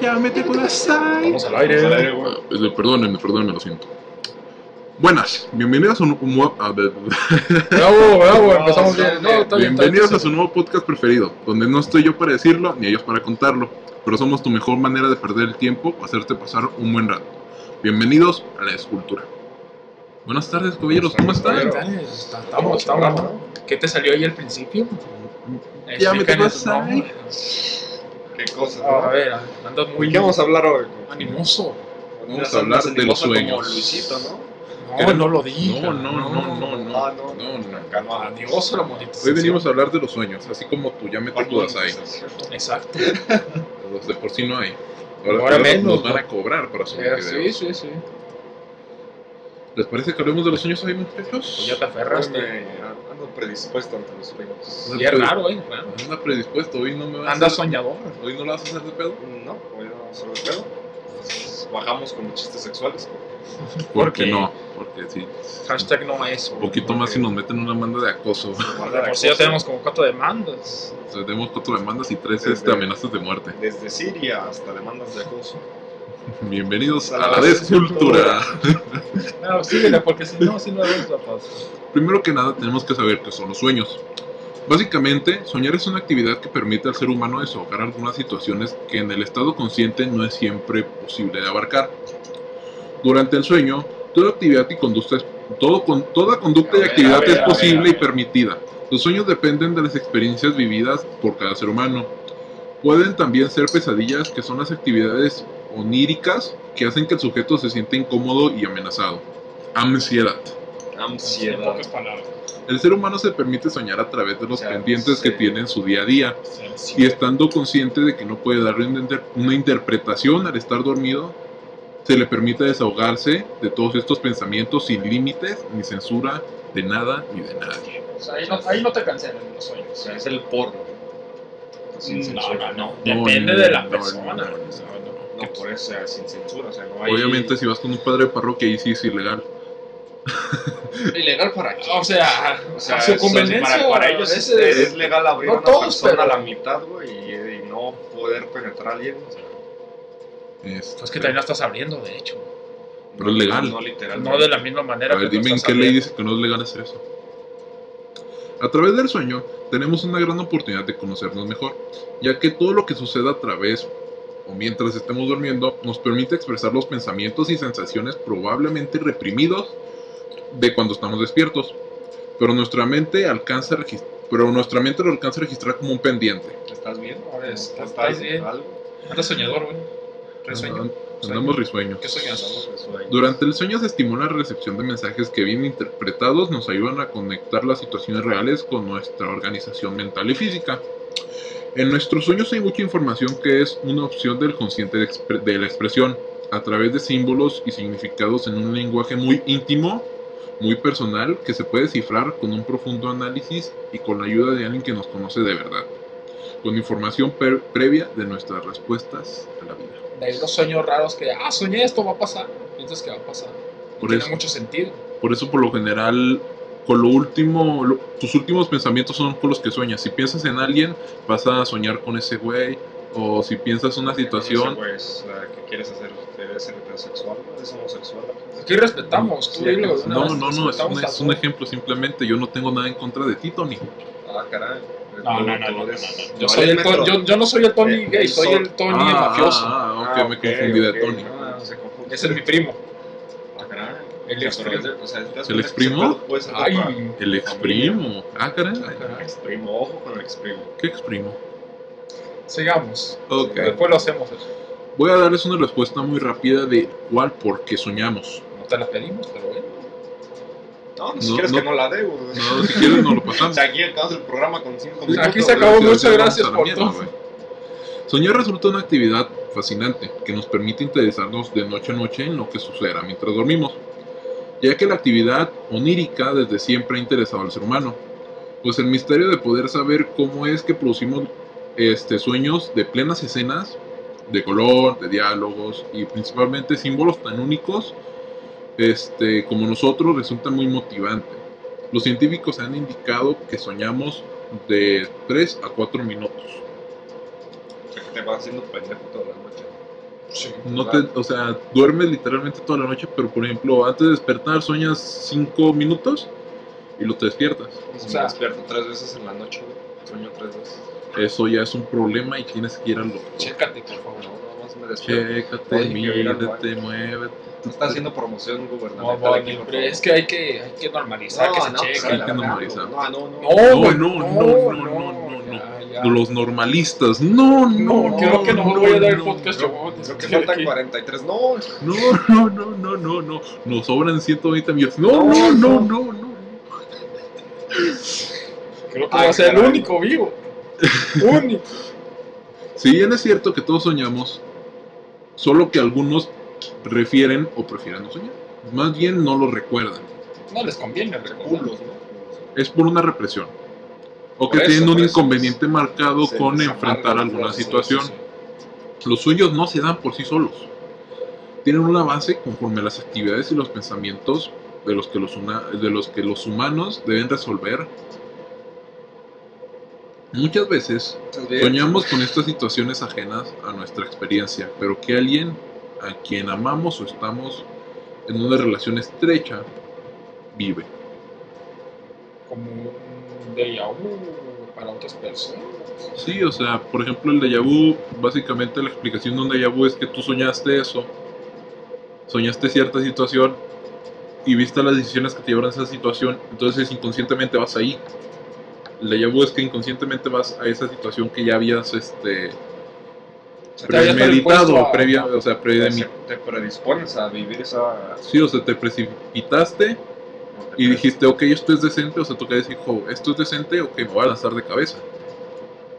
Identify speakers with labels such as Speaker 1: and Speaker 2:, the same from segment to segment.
Speaker 1: ya mete con la side.
Speaker 2: Vamos al aire.
Speaker 3: Vamos al aire, güey.
Speaker 1: Eh, Perdónenme, perdónenme, lo siento. Buenas, bienvenidos a un, un nuevo- a ver,
Speaker 2: Bravo, bravo,
Speaker 3: No,
Speaker 2: Ah, empezamos
Speaker 3: sí,
Speaker 2: bien. No, está bien, está bien.
Speaker 1: bienvenidos a su nuevo podcast preferido, donde no estoy yo para decirlo ni ellos para contarlo, pero somos tu mejor manera de perder el tiempo o hacerte pasar un buen rato. Bienvenidos a la escultura. Buenas tardes, caballeros, ¿cómo están?
Speaker 3: Caballero.
Speaker 4: Dale, está-
Speaker 2: Vamos,
Speaker 4: Estamos,
Speaker 2: estamos.
Speaker 4: estamos. ¿Qué te salió ahí al principio?
Speaker 1: Ya me
Speaker 4: Explícanos,
Speaker 1: tocó
Speaker 4: ¿no?
Speaker 1: salir.
Speaker 3: Qué cosas. ¿no?
Speaker 4: Ah, A ver, andas muy
Speaker 2: ¿De qué vamos a hablar hoy?
Speaker 4: animoso.
Speaker 1: Vamos
Speaker 3: Andas
Speaker 1: a hablar de los
Speaker 3: animoso como
Speaker 1: sueños.
Speaker 3: Luisito, ¿no?
Speaker 4: No, no lo digas.
Speaker 1: No, no, no, no, no,
Speaker 3: Ah,
Speaker 1: no,
Speaker 3: no.
Speaker 1: no.
Speaker 3: Calma.
Speaker 4: Animoso la monetización.
Speaker 1: Hoy venimos a hablar de los sueños, así como tú ya metes tu dasai.
Speaker 4: Exacto.
Speaker 1: Los de por sí no hay. Ahora,
Speaker 2: Ahora
Speaker 1: ahora
Speaker 2: menos,
Speaker 1: nos van
Speaker 2: ¿no?
Speaker 1: a cobrar para subir
Speaker 4: Eh, Sí,
Speaker 1: videos.
Speaker 4: sí, sí.
Speaker 1: ¿Les parece que hablemos de los sueños hoy,
Speaker 4: Pues
Speaker 1: muchachos?
Speaker 4: ya te aferraste.
Speaker 3: Me- Ando predispuesto ante los sueños.
Speaker 4: Y es raro, ¿eh? Bueno,
Speaker 1: Anda predispuesto, hoy no me vas a
Speaker 4: Andas
Speaker 1: hacer...
Speaker 4: soñador.
Speaker 1: Hoy no lo vas a hacer de pedo.
Speaker 3: No, hoy no vamos a hablar de pedo. Entonces, Bajamos con los chistes sexuales.
Speaker 4: ¿Por qué?
Speaker 1: no? Porque sí.
Speaker 4: Hashtag no eso.
Speaker 1: Un poquito más si nos meten una manda de acoso. O
Speaker 4: De por sí ya tenemos como cuatro demandas.
Speaker 1: sea, tenemos cuatro demandas y tres
Speaker 3: Desde-
Speaker 1: este, amenazas de muerte.
Speaker 3: Desde Siria hasta demandas de acoso.
Speaker 1: Bienvenidos a
Speaker 3: A
Speaker 1: la
Speaker 3: la
Speaker 1: descultura.
Speaker 4: No, síguela, porque si no, si no eres la paz.
Speaker 1: Primero que nada tenemos que saber qué son los sueños. Básicamente, soñar es una actividad que permite al ser humano desahogar algunas situaciones que en el estado consciente no es siempre posible de abarcar. Durante el sueño, toda actividad y conducta es- todo con, toda conducta y
Speaker 3: A ver,
Speaker 1: actividad
Speaker 3: a ver,
Speaker 1: es
Speaker 3: a ver,
Speaker 1: posible
Speaker 3: a ver.
Speaker 1: y permitida. Los sueños dependen de las experiencias vividas por cada ser humano. Pueden también ser pesadillas, que son las actividades oníricas que hacen que el sujeto se sienta incómodo y amenazado. Ansiedad.
Speaker 4: En
Speaker 3: Ansiedad.
Speaker 4: pocas palabras.
Speaker 1: El ser humano se permite soñar a través de los
Speaker 3: Ya,
Speaker 1: pendientes que
Speaker 3: sí.
Speaker 1: tiene en su día a día y
Speaker 4: Sí,
Speaker 1: estando consciente de que no puede darle una inter- una interpretación al estar dormido, se le permite desahogarse de todos estos pensamientos sin límites ni censura de nada ni de nadie.
Speaker 4: O sea, ahí, no, ahí no te cancelan los
Speaker 3: O
Speaker 4: sueños.
Speaker 3: sea, es el porno. Sin
Speaker 4: No,
Speaker 3: censura.
Speaker 4: Mm, no, no.
Speaker 1: No,
Speaker 4: Depende
Speaker 1: no,
Speaker 4: de la
Speaker 1: no,
Speaker 4: persona.
Speaker 1: no, no,
Speaker 4: O sea,
Speaker 3: No, por eso, o sea, sin censura. O sea, no hay...
Speaker 1: Obviamente si vas con un padre de parroquia ahí sí es ilegal.
Speaker 4: pues,
Speaker 3: Ilegal para aquí.
Speaker 4: O sea,
Speaker 3: O sea,
Speaker 4: a su
Speaker 3: es-
Speaker 4: conveniencia.
Speaker 3: Para, para ellos es,
Speaker 4: ese es- este,
Speaker 3: es legal abrir
Speaker 4: no
Speaker 3: a una
Speaker 4: todos,
Speaker 3: persona
Speaker 4: pero-
Speaker 3: a la mitad, güey, y, y no poder penetrar a alguien. o sea,
Speaker 1: Este,
Speaker 4: Pues que también la estás abriendo, de hecho.
Speaker 1: Pero es legal.
Speaker 3: No, literal.
Speaker 4: No de la misma manera
Speaker 1: A ver,
Speaker 4: que lo
Speaker 1: dime en
Speaker 4: estás
Speaker 1: qué ley
Speaker 4: abriendo.
Speaker 1: dice que no es legal hacer eso. A través del sueño tenemos una gran oportunidad de conocernos mejor, ya que todo lo que suceda a través o mientras estemos durmiendo nos permite expresar los pensamientos y sensaciones probablemente reprimidos de cuando estamos despiertos. Pero nuestra mente alcanza a regis- pero nuestra mente lo alcanza a registrar como un pendiente.
Speaker 3: ¿Estás bien?
Speaker 4: Ahora es-
Speaker 3: ¿Estás,
Speaker 4: ¿estás bien?
Speaker 3: algo?
Speaker 4: Andas soñador, güey. Resueño.
Speaker 1: And- Andamos risueños.
Speaker 4: ¿Qué soñas?
Speaker 3: Estamos de sueño.
Speaker 1: Durante el sueño se estimula la recepción de mensajes que bien interpretados nos ayudan a conectar las situaciones reales con nuestra organización mental y física. En nuestros sueños hay mucha información que es una opción del consciente de, expre- de la expresión, a través de símbolos y significados en un lenguaje muy íntimo, muy personal, que se puede cifrar con un profundo análisis y con la ayuda de alguien que nos conoce de verdad, con información per- previa de nuestras respuestas a la vida.
Speaker 4: De ahí los sueños raros que, ah, soñé esto, va a pasar. Piensas que va a pasar.
Speaker 1: Por
Speaker 4: Tiene
Speaker 1: eso-
Speaker 4: mucho sentido.
Speaker 1: Por eso, por lo general, con lo último, lo- tus últimos pensamientos son con los que sueñas. Si piensas en alguien, vas a soñar con ese güey. O si piensas una situación,
Speaker 3: Pues, ¿Qué quieres hacer? ¿Eres heterosexual? ¿Eres homosexual?
Speaker 4: Aquí respetamos.
Speaker 3: Sí,
Speaker 4: tú dilo de una
Speaker 1: no,
Speaker 4: vez,
Speaker 1: no, no, es
Speaker 4: respetamos
Speaker 1: un,
Speaker 4: a
Speaker 1: es un
Speaker 4: todos.
Speaker 1: ejemplo simplemente. Yo no tengo nada en contra de ti, Tony.
Speaker 3: Ah, caray.
Speaker 4: No, no, no, no,
Speaker 3: Tú
Speaker 4: no, no,
Speaker 3: eres-
Speaker 4: no.
Speaker 3: tú
Speaker 4: Yo, soy
Speaker 3: eres
Speaker 4: el Tony-
Speaker 3: metro.
Speaker 4: yo, yo no soy el Tony
Speaker 3: Eh,
Speaker 4: gay,
Speaker 3: el
Speaker 4: soy
Speaker 3: sol.
Speaker 4: el Tony
Speaker 1: Ah,
Speaker 4: mafioso.
Speaker 1: ah, ok,
Speaker 3: Ah,
Speaker 1: me
Speaker 3: ok,
Speaker 1: confundí de
Speaker 3: ok,
Speaker 1: Tony.
Speaker 3: ah, se confunde.
Speaker 4: Ese es mi primo.
Speaker 3: Ah, caray.
Speaker 4: El
Speaker 3: O sea,
Speaker 4: ex
Speaker 3: pero
Speaker 4: primo.
Speaker 3: es de- pues, o sea, ¿te das
Speaker 1: ¿El
Speaker 3: cuenta
Speaker 1: ex
Speaker 3: que ese
Speaker 1: primo?
Speaker 3: pedo puede ser de
Speaker 4: Ay,
Speaker 3: otra-
Speaker 1: El ex primo. Ah, caray.
Speaker 4: caray.
Speaker 3: Ex primo, ojo con el ex primo.
Speaker 1: ¿Qué ex primo?
Speaker 4: sigamos.
Speaker 1: Ok.
Speaker 4: Después lo hacemos.
Speaker 1: Voy a darles una respuesta muy rápida de cuál por qué soñamos.
Speaker 4: No te la pedimos, pero bueno.
Speaker 3: No, si
Speaker 1: No,
Speaker 3: quieres
Speaker 1: no.
Speaker 3: que no la debo. güey.
Speaker 1: No, si quieres, nos lo
Speaker 3: O
Speaker 1: pasamos.
Speaker 3: sea, aquí acabas el programa con 5
Speaker 4: Aquí
Speaker 3: minutos.
Speaker 4: se acabó.
Speaker 3: güey.
Speaker 4: muchas gracias
Speaker 1: a la
Speaker 4: por
Speaker 1: mierda,
Speaker 4: todo.
Speaker 1: güey. Soñar resulta una actividad fascinante que nos permite interesarnos de noche a noche en lo que sucederá mientras dormimos, ya que la actividad onírica desde siempre ha interesado al ser humano, pues el misterio de poder saber cómo es que producimos este, sueños de plenas escenas, de color, de diálogos y principalmente símbolos tan únicos este, como nosotros resulta muy motivante. Los científicos han indicado que soñamos de 3 a 4 minutos.
Speaker 3: O sea, que te vas haciendo pendejo toda la noche.
Speaker 4: Sí.
Speaker 1: No te, o sea, duermes literalmente toda la noche, pero por ejemplo, antes de despertar sueñas 5 minutos y lo te despiertas.
Speaker 3: O
Speaker 4: sea-
Speaker 3: sea, me despierto tres veces en la noche, güey. Sueño tres veces.
Speaker 1: Eso ya es un problema y tienes que ir al doctor.
Speaker 4: Chécate, por
Speaker 3: No,
Speaker 4: favor.
Speaker 3: nada más me despierto.
Speaker 1: Chécate,
Speaker 3: Oye, que ir al baño.
Speaker 1: mídete, muévete.
Speaker 3: No está haciendo promoción
Speaker 4: No,
Speaker 3: gubernamental
Speaker 4: no,
Speaker 3: aquí, por
Speaker 4: no,
Speaker 3: favor.
Speaker 4: es que hay que, hay que normalizar que se cheque.
Speaker 1: sí,
Speaker 4: la
Speaker 1: que
Speaker 4: verdad.
Speaker 1: normalizar.
Speaker 3: No, no, no.
Speaker 4: No, güey,
Speaker 1: no, no, no, no,
Speaker 4: ya, ya.
Speaker 1: Los normalistas. No, no, no.
Speaker 4: creo que no,
Speaker 1: no,
Speaker 4: voy a dar el
Speaker 1: no,
Speaker 4: podcast
Speaker 1: no.
Speaker 4: yo. voy a
Speaker 3: Creo que
Speaker 4: decir
Speaker 3: faltan
Speaker 4: aquí.
Speaker 3: 43. No,
Speaker 1: No, no, no, no, no, no. Nos sobran 120 millones. No, no, no, no, no.
Speaker 4: Creo que
Speaker 3: Ay,
Speaker 4: va a ser Ah, el
Speaker 3: caray.
Speaker 4: único vivo. único.
Speaker 1: Si bien es cierto que todos soñamos, solo que algunos prefieren o prefieren no soñar. Más bien no lo recuerdan.
Speaker 4: No les conviene, reculo.
Speaker 3: culos, ¿no?
Speaker 1: Es por una represión. O que
Speaker 3: Por eso,
Speaker 1: tienen un
Speaker 3: por eso. pues,
Speaker 1: inconveniente marcado
Speaker 3: Se
Speaker 1: con
Speaker 3: les
Speaker 1: enfrentar
Speaker 3: amarga,
Speaker 1: alguna
Speaker 3: sí, sí,
Speaker 1: situación.
Speaker 3: sí.
Speaker 1: Los sueños no se dan por sí solos. Tienen una base conforme a las actividades y los pensamientos de los que los, una- de los, que los humanos deben resolver. Muchas veces
Speaker 3: Muchas veces.
Speaker 1: Soñamos con estas situaciones ajenas a nuestra experiencia, pero que alguien a quien amamos o estamos en una relación estrecha vive.
Speaker 4: Como un déjà vu para otras personas.
Speaker 1: Sí, o sea, por ejemplo, el déjà vu, básicamente la explicación de un déjà vu es que tú soñaste eso, soñaste cierta situación y viste las decisiones que te llevaron a esa situación, entonces inconscientemente vas ahí. El déjà vu es que inconscientemente vas a esa situación que ya habías este,
Speaker 4: sea, te habías
Speaker 1: premeditado,
Speaker 4: predispuesto a-
Speaker 1: previa, o sea,
Speaker 3: Te,
Speaker 1: predemi-
Speaker 3: te predispones a vivir esa.
Speaker 1: Sí, o sea, te precipitaste y dijiste, ok, esto es decente, o sea, tú que decir, jo, esto es decente, ok, me voy a lanzar de cabeza.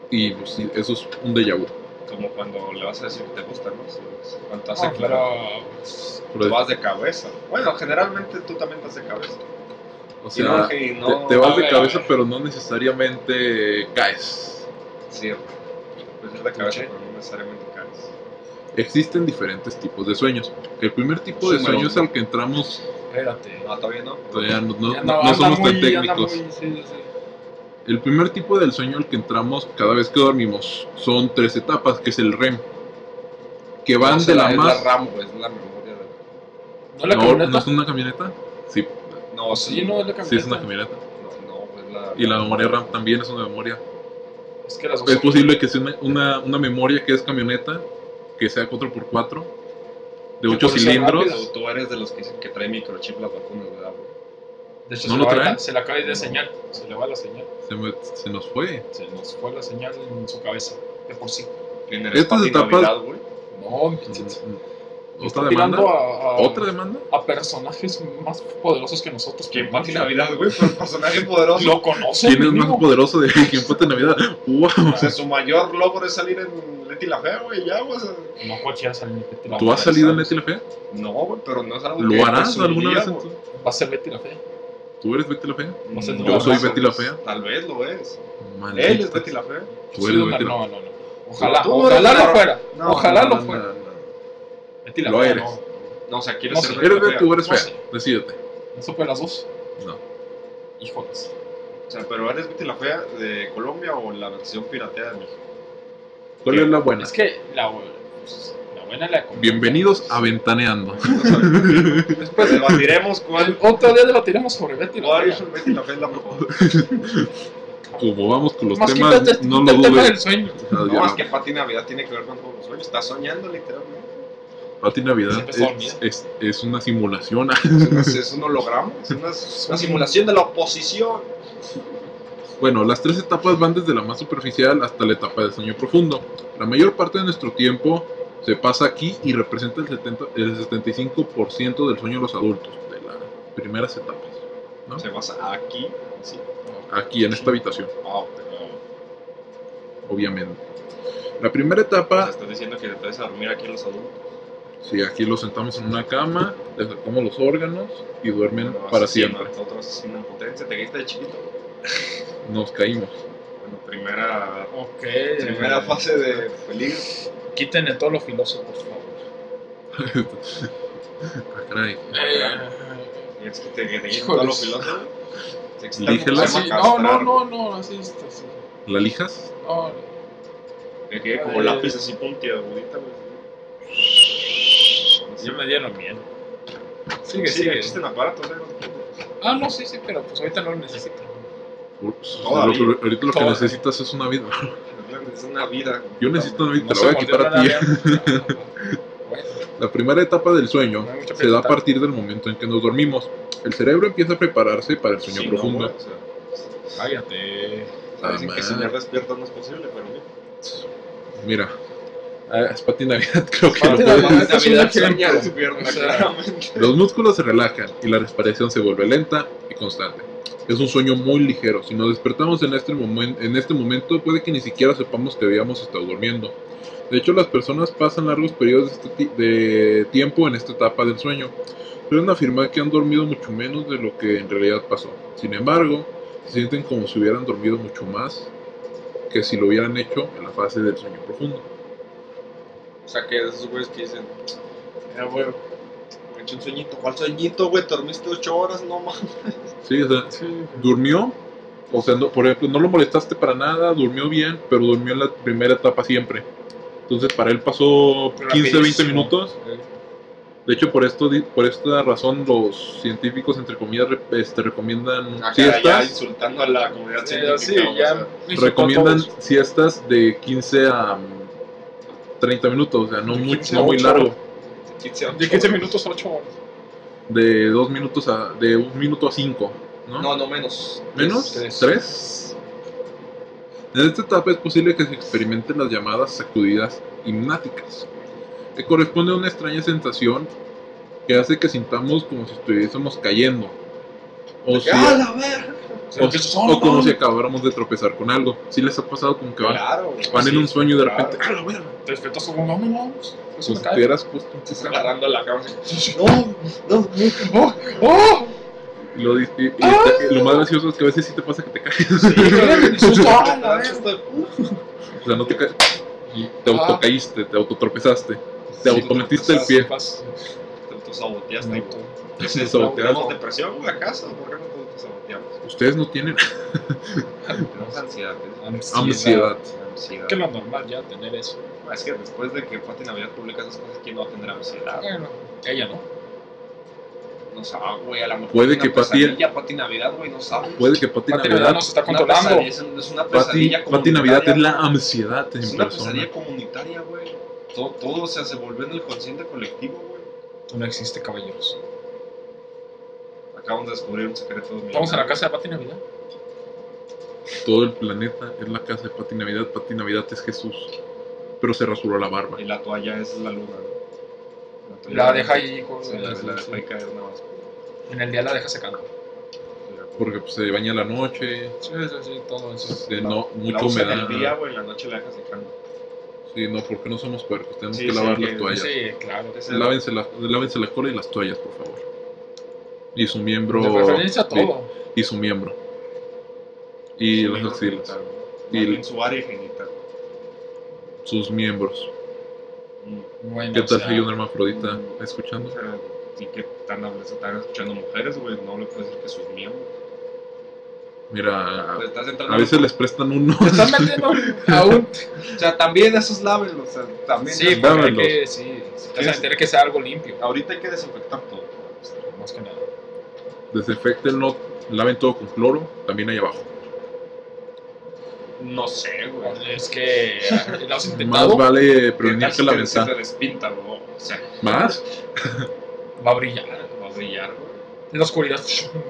Speaker 1: Y pues, sí, eso es un déjà vu.
Speaker 3: Como cuando le vas a decir que te gusta, ¿no? Si- si-
Speaker 1: Ah,
Speaker 3: Cuando te
Speaker 4: No,
Speaker 3: hace claro.
Speaker 4: pero-
Speaker 1: Pero,
Speaker 3: Te vas de cabeza. Bueno, generalmente tú también te vas de cabeza.
Speaker 1: o
Speaker 3: Y no,
Speaker 1: sea,
Speaker 3: y
Speaker 1: te-
Speaker 3: no-
Speaker 1: te, vas
Speaker 4: a
Speaker 1: de
Speaker 4: ver,
Speaker 1: cabeza,
Speaker 4: a ver.
Speaker 1: pero no necesariamente caes.
Speaker 3: Sí, pues es de cabeza, pero no necesariamente caes.
Speaker 1: Existen diferentes tipos de sueños. El primer tipo de
Speaker 3: Súmero
Speaker 1: sueño es
Speaker 3: uno.
Speaker 1: al que entramos,
Speaker 4: Espérate.
Speaker 3: No, todavía no.
Speaker 1: todavía no, no-
Speaker 4: Anda-
Speaker 1: no
Speaker 4: anda
Speaker 1: somos tan
Speaker 4: muy- anda
Speaker 1: técnicos.
Speaker 4: muy- sí, sí, sí.
Speaker 1: El primer tipo del sueño al que entramos cada vez que dormimos son tres etapas, que es el REM, que van
Speaker 3: No,
Speaker 1: de la
Speaker 3: es
Speaker 1: más...
Speaker 3: Es la RAM, güey, es la memoria de.
Speaker 4: ¿No la
Speaker 1: No,
Speaker 4: camioneta?
Speaker 1: ¿No es una camioneta? Sí,
Speaker 3: No,
Speaker 4: Sí, no, es la camioneta.
Speaker 1: sí es una camioneta.
Speaker 3: No, no, pues la.
Speaker 1: Y la memoria RAM también es una memoria.
Speaker 4: Es que las dos
Speaker 1: Es
Speaker 4: son-
Speaker 1: posible que sea una, una, una memoria que es camioneta, que sea 4x4, de 8
Speaker 4: puede ser
Speaker 1: cilindros.
Speaker 4: rápida.
Speaker 3: Tú, tú eres de los que dicen que trae microchip las vacunas, ¿verdad? güey?
Speaker 4: De hecho,
Speaker 1: ¿No
Speaker 4: se,
Speaker 1: lo
Speaker 4: le va
Speaker 1: traen?
Speaker 4: la- se le acaba de señal. Se le va la señal.
Speaker 1: Se, me- se nos fue.
Speaker 4: Se nos fue la señal en su cabeza. De por sí.
Speaker 3: En el
Speaker 1: Estas
Speaker 3: Estas
Speaker 1: etapas-
Speaker 3: Navidad, güey.
Speaker 4: No, me está
Speaker 1: Mm, ¿Otra demanda?
Speaker 4: tirando a, a-
Speaker 1: ¿Otra demanda?
Speaker 4: a personajes más poderosos que nosotros.
Speaker 3: ¿Quién
Speaker 4: pero
Speaker 3: Pati
Speaker 4: no,
Speaker 3: Navidad, güey? Fue un personaje poderoso.
Speaker 4: Lo conocen.
Speaker 1: ¿Quién es más
Speaker 4: mínimo.
Speaker 1: poderoso de quién de Navidad? ¡Wow!
Speaker 3: O sea, su mayor logro es salir en Leti la Fea, güey, ya, güey. o sea,
Speaker 4: No cualquiera sale en Betty la
Speaker 1: ¿Tú has
Speaker 4: Fea.
Speaker 1: salido en Betty la Fea?
Speaker 3: no, güey, pero no es algo que
Speaker 1: ¿Lo
Speaker 4: pues,
Speaker 1: harás
Speaker 3: presumiría,
Speaker 1: alguna vez en
Speaker 3: güey.
Speaker 1: tu-
Speaker 4: Va a ser Betty la Fea.
Speaker 1: ¿Tú eres Betty la Fea?
Speaker 4: No sé,
Speaker 1: Yo soy Betty la Fea.
Speaker 3: Tal vez lo es.
Speaker 1: Maldita.
Speaker 3: Él es Betty la Fea.
Speaker 1: Tú eres
Speaker 4: Sí,
Speaker 1: Betty la
Speaker 4: No, no, no. Ojalá,
Speaker 3: Tú no eres
Speaker 4: ojalá
Speaker 3: la-
Speaker 4: lo fuera.
Speaker 3: No,
Speaker 4: ojalá
Speaker 1: No,
Speaker 4: lo
Speaker 1: no,
Speaker 4: fuera.
Speaker 1: no, no.
Speaker 4: Betty la
Speaker 1: Lo
Speaker 4: Fea,
Speaker 1: eres.
Speaker 4: no.
Speaker 3: No, o sea, quieres
Speaker 4: No
Speaker 3: ser
Speaker 4: sé.
Speaker 3: Betty
Speaker 1: ¿Eres
Speaker 3: la
Speaker 1: Betty
Speaker 3: Fea.
Speaker 1: o eres
Speaker 4: No
Speaker 1: fea?
Speaker 4: sé.
Speaker 1: Decídete.
Speaker 4: No supe las dos.
Speaker 1: No.
Speaker 4: Híjoles.
Speaker 3: O sea, pero eres Betty la Fea de Colombia o la versión pirateada de México.
Speaker 1: ¿Cuál es la buena?
Speaker 4: Es que la, pues, la buena la economía.
Speaker 1: Bienvenidos a Ventaneando.
Speaker 3: Después debatiremos cuál.
Speaker 4: Otro día debatiremos sobre Betty la
Speaker 3: ¿Cuál
Speaker 4: Fea.
Speaker 3: es Betty la Fea la mejor?
Speaker 1: Como vamos con los
Speaker 4: Más
Speaker 1: temas,
Speaker 4: quítate el,
Speaker 1: no lo
Speaker 4: el tema
Speaker 1: dudes.
Speaker 4: del sueño.
Speaker 1: Ah, ya
Speaker 3: No, es
Speaker 1: no.
Speaker 3: que Pati Navidad tiene que ver con todos los sueños. Está soñando literalmente.
Speaker 1: Pati Navidad
Speaker 4: Siempre son,
Speaker 1: es, es, es una simulación.
Speaker 3: Es, una- es un holograma, es una, es una simulación de la oposición.
Speaker 1: Bueno, las tres etapas van desde la más superficial hasta la etapa del sueño profundo. La mayor parte de nuestro tiempo se pasa aquí y representa el, 70, el 75% del sueño de los adultos, de las primeras etapas.
Speaker 3: Se basa aquí, así.
Speaker 1: Aquí, en esta habitación,
Speaker 3: Ah, ok, ah,
Speaker 1: obviamente. La primera etapa,
Speaker 3: Estás diciendo que te puedes dormir aquí los adultos.
Speaker 1: si aquí los sentamos en una cama, les sacamos los órganos y duermen
Speaker 3: Bueno,
Speaker 1: para
Speaker 3: asesino,
Speaker 1: siempre.
Speaker 3: Otro asesino en potencia. Te caíste de chiquito.
Speaker 1: Nos caímos.
Speaker 3: Bueno, primera,
Speaker 4: Ok.
Speaker 3: primera fase de peligro.
Speaker 4: Quítenle todo lo filoso, por favor.
Speaker 1: Ah, caray.
Speaker 4: Eh,
Speaker 3: Y es que te, que te quiten
Speaker 4: Híjoles.
Speaker 3: todos los pilotos. Se excitan
Speaker 1: Dígela.
Speaker 3: mucho, se
Speaker 4: Así,
Speaker 3: llama
Speaker 4: no, no,
Speaker 3: castrar.
Speaker 4: no, no, así está. Así.
Speaker 1: ¿La lijas?
Speaker 4: No,
Speaker 3: Que quede como lápiz así puntiagudita, güey.
Speaker 4: sí me dieron miedo. Sigue,
Speaker 3: Sí,
Speaker 4: sigue.
Speaker 3: existen aparatos, ¿eh?
Speaker 4: Ah, no, sí, sí, pero pues ahorita no lo necesito.
Speaker 1: Ups,
Speaker 3: Todavía.
Speaker 1: lo que- ahorita lo que
Speaker 4: Todavía.
Speaker 1: necesitas es una vida.
Speaker 3: Es una vida.
Speaker 1: Yo necesito una vida,
Speaker 4: No
Speaker 1: te la voy a
Speaker 4: se mordió
Speaker 1: quitar a ti.
Speaker 4: la labia. Bueno,
Speaker 1: La primera etapa del sueño
Speaker 4: no hay mucho que
Speaker 1: se da a
Speaker 4: contar.
Speaker 1: partir del momento en que nos dormimos. El cerebro empieza a prepararse para el sueño
Speaker 3: Sí, no,
Speaker 1: profundo.
Speaker 3: güey, o sea,
Speaker 4: Cállate.
Speaker 1: Ah,
Speaker 3: Dicen
Speaker 1: man.
Speaker 3: que soñar despierto no es posible, pero mira.
Speaker 1: Mira, ah, es para ti Navidad, creo que no
Speaker 4: Pati
Speaker 1: puedes.
Speaker 4: Navidad.
Speaker 3: Es una
Speaker 4: Navidad
Speaker 3: genia
Speaker 4: siempre.
Speaker 3: despierta,
Speaker 4: O sea,
Speaker 3: claramente.
Speaker 1: Los músculos se relajan y la respiración se vuelve lenta y constante. Es un sueño muy ligero. Si nos despertamos en este, momen- en este momento, puede que ni siquiera sepamos que habíamos estado durmiendo. De hecho, las personas pasan largos periodos de, este ti- de tiempo en esta etapa del sueño. Pueden afirmar que han dormido mucho menos de lo que en realidad pasó. Sin embargo, se sienten como si hubieran dormido mucho más que si lo hubieran hecho en la fase del sueño profundo.
Speaker 3: O sea, que esos güeyes que dicen, era güey, me eché un sueñito. ¿Cuál sueñito, güey? Dormiste ocho horas, no mames.
Speaker 1: Sí, o sea, durmió, o sea, no, por ejemplo, no lo molestaste para nada, durmió bien, pero durmió en la primera etapa siempre. Entonces, para él pasó 15, 20
Speaker 4: Rapidísimo.
Speaker 1: minutos. De hecho, por esto di- por esta razón los científicos entre comillas re- este, recomiendan
Speaker 4: Ah,
Speaker 3: Acá ya
Speaker 1: siestas,
Speaker 3: insultando a la comunidad
Speaker 4: Sí,
Speaker 3: científica.
Speaker 4: sí,
Speaker 3: güey, o
Speaker 4: ya.
Speaker 3: sea,
Speaker 1: recomiendan siestas de 15 a mm, 30 minutos, o sea, no
Speaker 4: De
Speaker 1: muy,
Speaker 4: 15 a
Speaker 1: no muy
Speaker 4: ocho.
Speaker 1: largo,
Speaker 3: quince horas.
Speaker 4: De 15 minutos a 8 horas.
Speaker 1: de 2 minutos a de 1 minuto a 5, ¿no?
Speaker 3: No, no menos.
Speaker 1: ¿Menos?
Speaker 4: Tres.
Speaker 1: ¿Tres? En esta etapa es posible que se experimenten las llamadas sacudidas hipnáticas, que corresponde a una extraña sensación que hace que sintamos como si estuviésemos cayendo, o, si-
Speaker 3: ¡Ah, la verga! "Ah,
Speaker 4: O
Speaker 1: o- o como si acabáramos de tropezar con algo. Si les ha pasado como que van,
Speaker 3: Claro, güey.
Speaker 1: van en un sueño y de repente,
Speaker 3: Ah, Claro.
Speaker 1: ¡ah, la verga!
Speaker 4: Respetuoso, vamos, vamos. Eso
Speaker 1: Como
Speaker 4: me
Speaker 1: si
Speaker 4: cae.
Speaker 1: tuvieras puesto un chizal.
Speaker 3: Agarrando la cama. así, No, no,
Speaker 4: ¡Oh! ¡Oh!
Speaker 1: Y lo, di- y- y- lo más gracioso es que a veces sí te pasa que te caes.
Speaker 4: ¡Qué susto! ¡Ah, la
Speaker 3: no.
Speaker 4: verga!
Speaker 3: esto de puta.
Speaker 1: o sea, no te caes. Y te autocaíste, te autotropezaste. Te
Speaker 4: Sí,
Speaker 1: autometiste el
Speaker 4: pas-
Speaker 1: pie.
Speaker 4: pas-
Speaker 3: Te autosaboteaste. güey.
Speaker 1: Te
Speaker 3: ¿Tenemos
Speaker 1: autosaboteaste.
Speaker 3: depresión, güey, acaso? ¿Por qué no te autosaboteamos?
Speaker 1: Ustedes no tienen
Speaker 3: Tenemos
Speaker 4: Ah,
Speaker 3: ansiedad. ¿eh?
Speaker 1: Ah, ansiedad.
Speaker 3: Ansiedad.
Speaker 4: Que lo normal ya tener eso.
Speaker 3: Es que después de que Pati Navidad publica esas cosas, ¿quién no va a tener ansiedad?
Speaker 4: Bueno, ella no.
Speaker 3: No sabe, güey, a lo mejor.
Speaker 1: Puede
Speaker 3: una
Speaker 1: que Pati-
Speaker 3: pesadilla, Pati Navidad, güey, no sabe.
Speaker 1: Puede que Pati
Speaker 4: Pati
Speaker 1: Navidad.
Speaker 4: Navidad nos está
Speaker 3: Una
Speaker 4: controlando.
Speaker 3: pesadilla, Es, un- es una
Speaker 1: Pati,
Speaker 3: pesadilla
Speaker 1: Pati Navidad es la
Speaker 3: comunitaria,
Speaker 1: ansiedad
Speaker 3: güey.
Speaker 1: en
Speaker 3: Es una
Speaker 1: persona.
Speaker 3: pesadilla comunitaria, güey. Todo, todo o sea, se volvió en el consciente colectivo, güey.
Speaker 4: No existe, caballeros.
Speaker 3: Acabamos de descubrir un secreto.
Speaker 4: Vamos a la casa de Pati Navidad.
Speaker 1: Todo el planeta es la casa de Pati Navidad. Pati Navidad es Jesús. Pero se rasuró la barba.
Speaker 3: Y la toalla es la luna, ¿no? toalla-
Speaker 4: La deja ahí con-
Speaker 3: Sí, la, la
Speaker 4: sí.
Speaker 3: deja ahí caer nada más.
Speaker 4: En el día la deja secando.
Speaker 1: Porque pues, se baña la noche.
Speaker 4: Sí, sí, sí, todo eso.
Speaker 1: este, no,
Speaker 3: La
Speaker 1: mucha
Speaker 3: usa en el día,
Speaker 1: humedad.
Speaker 3: güey, en la noche la deja secando.
Speaker 1: Sí, no, porque no somos puercos. Tenemos
Speaker 3: Sí,
Speaker 1: que
Speaker 3: sí,
Speaker 1: lavar
Speaker 3: que-
Speaker 1: las toallas.
Speaker 4: Sí, claro.
Speaker 3: Es el-
Speaker 1: Lávense, la, lávense la cola y las toallas, por favor. Y su miembro.
Speaker 4: De preferencia todo.
Speaker 1: Y su miembro. Y
Speaker 3: su
Speaker 1: las
Speaker 3: miembro
Speaker 1: axilas.
Speaker 3: genital, güey.
Speaker 1: Y
Speaker 3: Más
Speaker 1: el-
Speaker 3: bien su área genital.
Speaker 1: Sus miembros.
Speaker 3: Mm.
Speaker 4: Bueno,
Speaker 1: ¿Qué
Speaker 4: o
Speaker 1: tal
Speaker 4: sea,
Speaker 1: si hay una hermafrodita escuchando?
Speaker 3: O sea, sí que están, habl- se están escuchando mujeres, güey. No le puedes decir que sus miembros.
Speaker 1: Mira,
Speaker 3: Pues estás entrando.
Speaker 1: Ah. a veces les prestan uno.
Speaker 4: Te están metiendo aún.
Speaker 3: O sea, también esos lávenlo. O sea, también.
Speaker 4: Sí, porque hay
Speaker 1: dámelos.
Speaker 4: que, sí. Si te vas a meter que sea algo limpio.
Speaker 3: Ahorita hay que desinfectar todo.
Speaker 4: Más que nada.
Speaker 1: Desinfectenlo, laven todo con cloro, también ahí abajo.
Speaker 3: No sé, güey.
Speaker 4: Es que ah, lo has
Speaker 1: Más
Speaker 4: intentado, va
Speaker 1: vale
Speaker 3: ¿Qué tal
Speaker 1: prevenir
Speaker 3: si
Speaker 1: que
Speaker 3: te- si
Speaker 1: lamentar.
Speaker 3: te despinta, güey. O sea,
Speaker 1: ¿Más?
Speaker 4: a brillar.
Speaker 3: va a brillar, güey.
Speaker 4: En la oscuridad.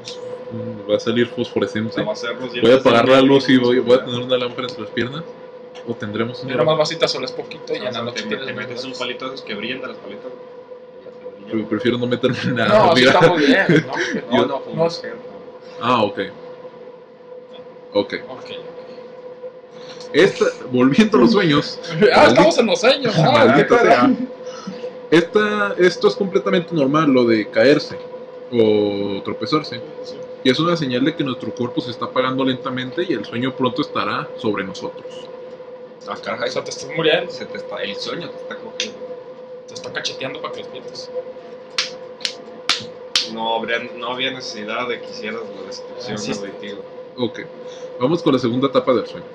Speaker 1: Mm, Va a salir
Speaker 3: O sea,
Speaker 1: fosforescente.
Speaker 3: va a ser los
Speaker 1: Voy a
Speaker 3: dientes
Speaker 1: apagar
Speaker 3: de-
Speaker 1: la luz y voy, voy a tener una lámpara entre las piernas. O tendremos
Speaker 4: Yo nomás
Speaker 1: una.
Speaker 4: vas y te asolas poquito y
Speaker 3: O
Speaker 4: ya
Speaker 3: sea,
Speaker 4: no
Speaker 3: te,
Speaker 4: te
Speaker 3: te metes un
Speaker 4: tienes.
Speaker 3: palito de esos que brillan de las paletas. güey, y ya te brilla,
Speaker 1: Pre-
Speaker 3: güey.
Speaker 1: Prefiero no meterme en nada.
Speaker 4: No, sí
Speaker 1: mira.
Speaker 4: está muy bien.
Speaker 3: No,
Speaker 4: ¿no?
Speaker 3: no,
Speaker 4: no,
Speaker 3: pues,
Speaker 1: Ah, ok. Ok.
Speaker 4: Ok.
Speaker 1: Esta, volviendo a los sueños.
Speaker 4: Ah, estamos en los sueños. ah,
Speaker 1: Maldita
Speaker 4: ¿qué
Speaker 1: sea.
Speaker 4: tal?
Speaker 1: Esta, esto es completamente normal, lo de caerse o tropezarse. Y es una señal de que nuestro cuerpo se está apagando lentamente y el sueño pronto estará sobre nosotros.
Speaker 3: Ah,
Speaker 4: O
Speaker 3: caray,
Speaker 4: sea, te estás muriendo.
Speaker 3: se te está, el sueño te está cogiendo.
Speaker 4: Te está cacheteando para que despiertes.
Speaker 3: No, habría, no había necesidad de que hicieras la descripción
Speaker 4: Ah, sí.
Speaker 3: auditiva.
Speaker 1: Ok, vamos con la segunda etapa del sueño,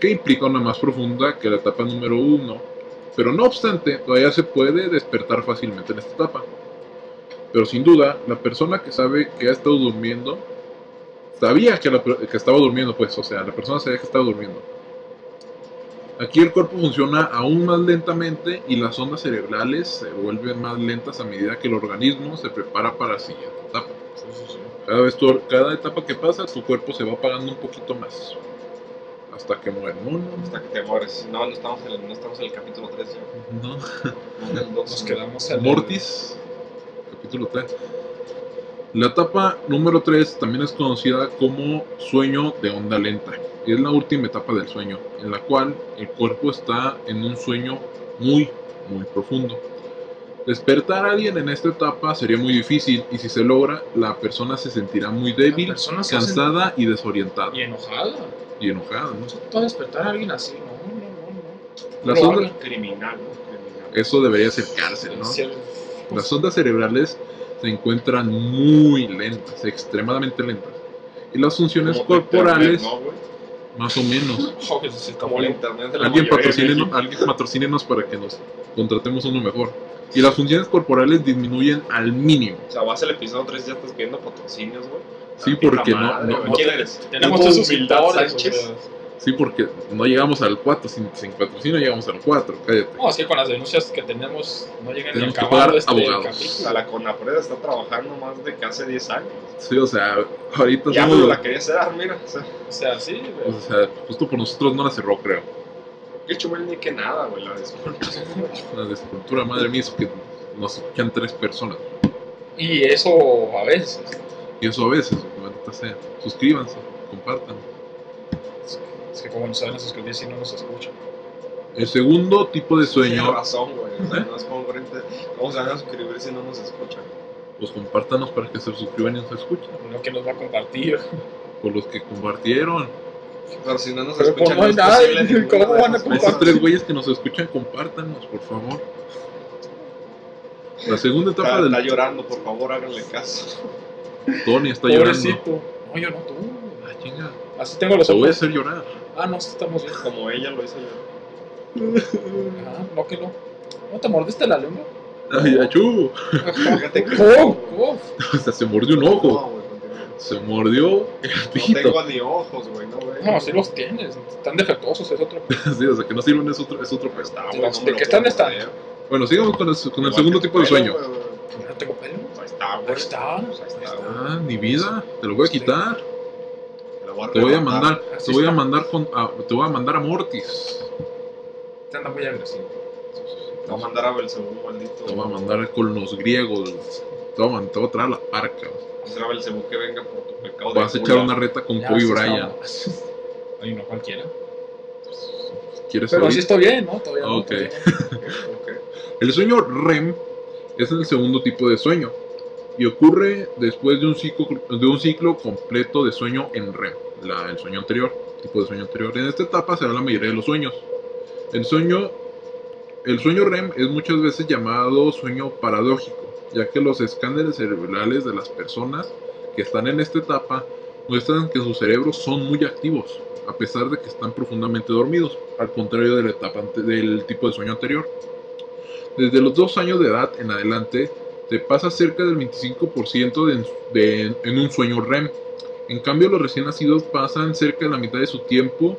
Speaker 1: que implica una más profunda que la etapa número uno, pero no obstante, todavía se puede despertar fácilmente en esta etapa. Pero sin duda, la persona que sabe que ha estado durmiendo, sabía que, la per- que estaba durmiendo, pues, o sea, la persona sabía que estaba durmiendo. Aquí el cuerpo funciona aún más lentamente y las ondas cerebrales se vuelven más lentas a medida que el organismo se prepara para la siguiente etapa. Cada, vez tu- Ah, cada etapa que pasa, tu cuerpo se va apagando un poquito más. Hasta que muere. No, no,
Speaker 3: Hasta que te mueres. No, no estamos en el, no estamos en el capítulo 3 ya.
Speaker 1: no.
Speaker 3: No, en el
Speaker 4: Nos
Speaker 3: 2.
Speaker 4: quedamos en el-
Speaker 1: Mortis, capítulo 3. La etapa número 3 también es conocida como sueño de onda lenta. Es la última etapa del sueño, en la cual el cuerpo está en un sueño muy, muy profundo. Despertar a alguien en esta etapa sería muy difícil y si se logra, la persona se sentirá muy
Speaker 4: La
Speaker 1: débil,
Speaker 4: persona se hace-
Speaker 1: cansada y desorientada.
Speaker 4: Y enojada.
Speaker 1: Y enojada, ¿no?
Speaker 4: Todo despertar a alguien así. No, no, no, no.
Speaker 1: Las
Speaker 4: Lo
Speaker 1: ondas-
Speaker 4: hagan.
Speaker 3: Criminal, ¿no? Criminal.
Speaker 1: eso debería ser cárcel, Este, ¿no?
Speaker 4: Sí, el-
Speaker 1: Las ondas cerebrales se encuentran muy lentas, extremadamente lentas. Y las funciones
Speaker 3: Como
Speaker 1: corporales,
Speaker 3: internet, ¿no, güey?
Speaker 1: más o menos.
Speaker 4: Ojo, que se- se
Speaker 3: Como
Speaker 4: acabó
Speaker 3: el
Speaker 4: la-
Speaker 3: internet de la
Speaker 1: Alguien
Speaker 3: mayoría de
Speaker 1: patrocínenos,
Speaker 3: México.
Speaker 1: alguien patrocínenos para que nos contratemos uno mejor. Y las funciones corporales disminuyen al mínimo.
Speaker 3: O sea, vas al episodio 3 y ya estás pidiendo patrocinios, güey.
Speaker 1: Sí,
Speaker 3: Tantita
Speaker 1: porque no-
Speaker 3: madre,
Speaker 1: no-
Speaker 3: güey.
Speaker 1: no-
Speaker 3: ¿Quién eres?
Speaker 4: Tenemos
Speaker 3: Hugo
Speaker 4: esos
Speaker 3: Humildad
Speaker 4: sectores,
Speaker 3: Sánchez.
Speaker 4: o sea.
Speaker 1: Sí, porque no llegamos al 4. Sin, sin patrocinio llegamos al 4. Cállate.
Speaker 4: No, es que con las denuncias que tenemos no llegan ni
Speaker 1: Tenemos que
Speaker 4: acabado
Speaker 1: pagar
Speaker 4: este
Speaker 1: abogados.
Speaker 3: O sea,
Speaker 4: capítulo.
Speaker 3: la Conapred está trabajando más de que hace 10 años.
Speaker 1: Sí, o sea, ahorita
Speaker 3: Ya
Speaker 1: somos-
Speaker 3: me la quería cerrar, mira. O sea,
Speaker 4: O sea, sí, güey.
Speaker 1: O sea, justo por nosotros no la cerró, creo.
Speaker 3: que Chumel ni que nada, güey, la desculpa.
Speaker 1: La descultura, madre mía, es que nos escuchan tres personas.
Speaker 4: Y eso a veces.
Speaker 1: Y eso a veces, maldita sea. Suscríbanse, compartan.
Speaker 4: Es que como no saben suscribir si no nos escuchan.
Speaker 1: El segundo tipo de
Speaker 3: Tiene
Speaker 1: sueño,
Speaker 3: razón, güey. O sea,
Speaker 1: ¿Eh?
Speaker 3: no es congruente. ¿Cómo se van a suscribir si no nos escuchan?
Speaker 1: pues compártanos para que se suscriban y nos escuchen.
Speaker 4: Lo que nos va a compartir.
Speaker 1: Por los que compartieron.
Speaker 3: Pero si no nos
Speaker 4: Pero
Speaker 3: escuchan,
Speaker 1: pues,
Speaker 4: como no hay
Speaker 3: es
Speaker 4: nada,
Speaker 3: posible ninguna
Speaker 4: ¿cómo
Speaker 3: de
Speaker 4: van a
Speaker 3: esas
Speaker 1: Esos
Speaker 3: cosas.
Speaker 1: tres güeyes que nos escuchan, compártanos, por favor. La segunda
Speaker 3: Está,
Speaker 1: etapa
Speaker 3: está
Speaker 1: del
Speaker 3: llorando, por favor, háganle caso.
Speaker 1: Tony está llorando.
Speaker 4: Pobrecito. No, yo no, tú.
Speaker 1: Ah, chinga.
Speaker 4: Así tengo los
Speaker 1: Te voy a
Speaker 4: ojos.
Speaker 1: hacer llorar.
Speaker 4: Ah, no, sí estamos bien.
Speaker 3: Como ella lo hizo yo.
Speaker 4: Ah, no, que no. ¿No te mordiste la lengua?
Speaker 1: Ay, achú.
Speaker 3: Fíjate que.
Speaker 4: ¡Oh! ¡Uf!
Speaker 1: O sea, se mordió un ojo.
Speaker 3: No, güey, continúa.
Speaker 1: Se mordió el
Speaker 3: No
Speaker 1: pito.
Speaker 3: tengo ni ojos, güey, no, güey.
Speaker 4: No, sí los tienes. Están defectuosos, es otro.
Speaker 1: Sí, o sea, que no sirven es otro, es otro pedo.
Speaker 3: Está,
Speaker 4: Los de que están, están.
Speaker 1: Bueno, sigamos con el, con el segundo tipo de sueño.
Speaker 4: Yo no tengo pelo.
Speaker 3: Ahí está, güey.
Speaker 4: Ahí está.
Speaker 3: Pues Ahí está, güey.
Speaker 1: Ah, mi vida. Te lo voy a quitar.
Speaker 3: Te lo voy
Speaker 1: Te voy a
Speaker 3: arrebatar.
Speaker 1: mandar. Te
Speaker 4: Así
Speaker 1: voy a
Speaker 4: está.
Speaker 1: mandar con, a- te voy a mandar a Mortis.
Speaker 4: Te Este anda muy agresivo.
Speaker 3: Te voy a mandar a Belcebú, maldito.
Speaker 1: Te voy a mandar con los griegos. güey. Te voy a, man- te voy a traer a la parca. güey.
Speaker 3: Será Belcebú que venga por tu pecado. de
Speaker 1: Vas a echar
Speaker 3: gula.
Speaker 1: una reta con
Speaker 4: Ya,
Speaker 1: Kobe
Speaker 4: sí
Speaker 1: Bryant.
Speaker 4: estamos. Ay, no cualquiera.
Speaker 1: ¿Quieres
Speaker 4: Pero
Speaker 1: oír?
Speaker 4: así estoy bien, ¿no? Todavía no.
Speaker 1: Ok.
Speaker 4: todavía no.
Speaker 3: Ok.
Speaker 1: El sueño REM es el segundo tipo de sueño y ocurre después de un ciclo, de un ciclo completo de sueño en REM, la- el sueño anterior, tipo de sueño anterior. En esta etapa se da la mayoría de los sueños. El sueño, el sueño REM es muchas veces llamado sueño paradójico, ya que los escáneres cerebrales de las personas que están en esta etapa muestran que sus cerebros son muy activos, a pesar de que están profundamente dormidos, al contrario de la etapa ante- del tipo de sueño anterior. Desde los dos años de edad en adelante, te pasa cerca del 25% de- de- en un sueño REM. En cambio, los recién nacidos pasan cerca de la mitad de su tiempo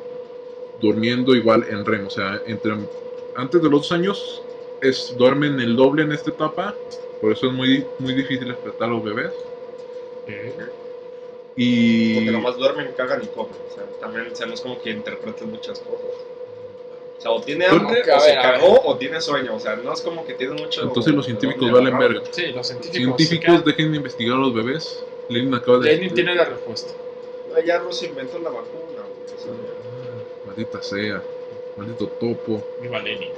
Speaker 1: durmiendo igual en REM. O sea, entre, antes de los dos años es, duermen el doble en esta etapa. Por eso es muy, muy difícil despertar a los bebés. Y...
Speaker 3: Porque nomás duermen, cagan y comen. O sea, también, o sea, no es como que interpreten muchas cosas. O sea, o tiene hambre,
Speaker 4: Porque, a
Speaker 3: o se
Speaker 4: ver, a ver.
Speaker 3: cagó, o tiene sueño. O sea, no es como que tiene mucho.
Speaker 1: Entonces los científicos
Speaker 3: dónde
Speaker 1: valen
Speaker 3: agarrar.
Speaker 1: verga.
Speaker 4: Sí, los científicos.
Speaker 1: Científicos dejen de investigar a los bebés. Lenin acaba de...
Speaker 4: Lenin tiene la respuesta.
Speaker 3: No, Ah, Ya nos inventó la vacuna, güey. O sea,
Speaker 1: Maldita sea. Maldito topo.
Speaker 4: Viva Lenin.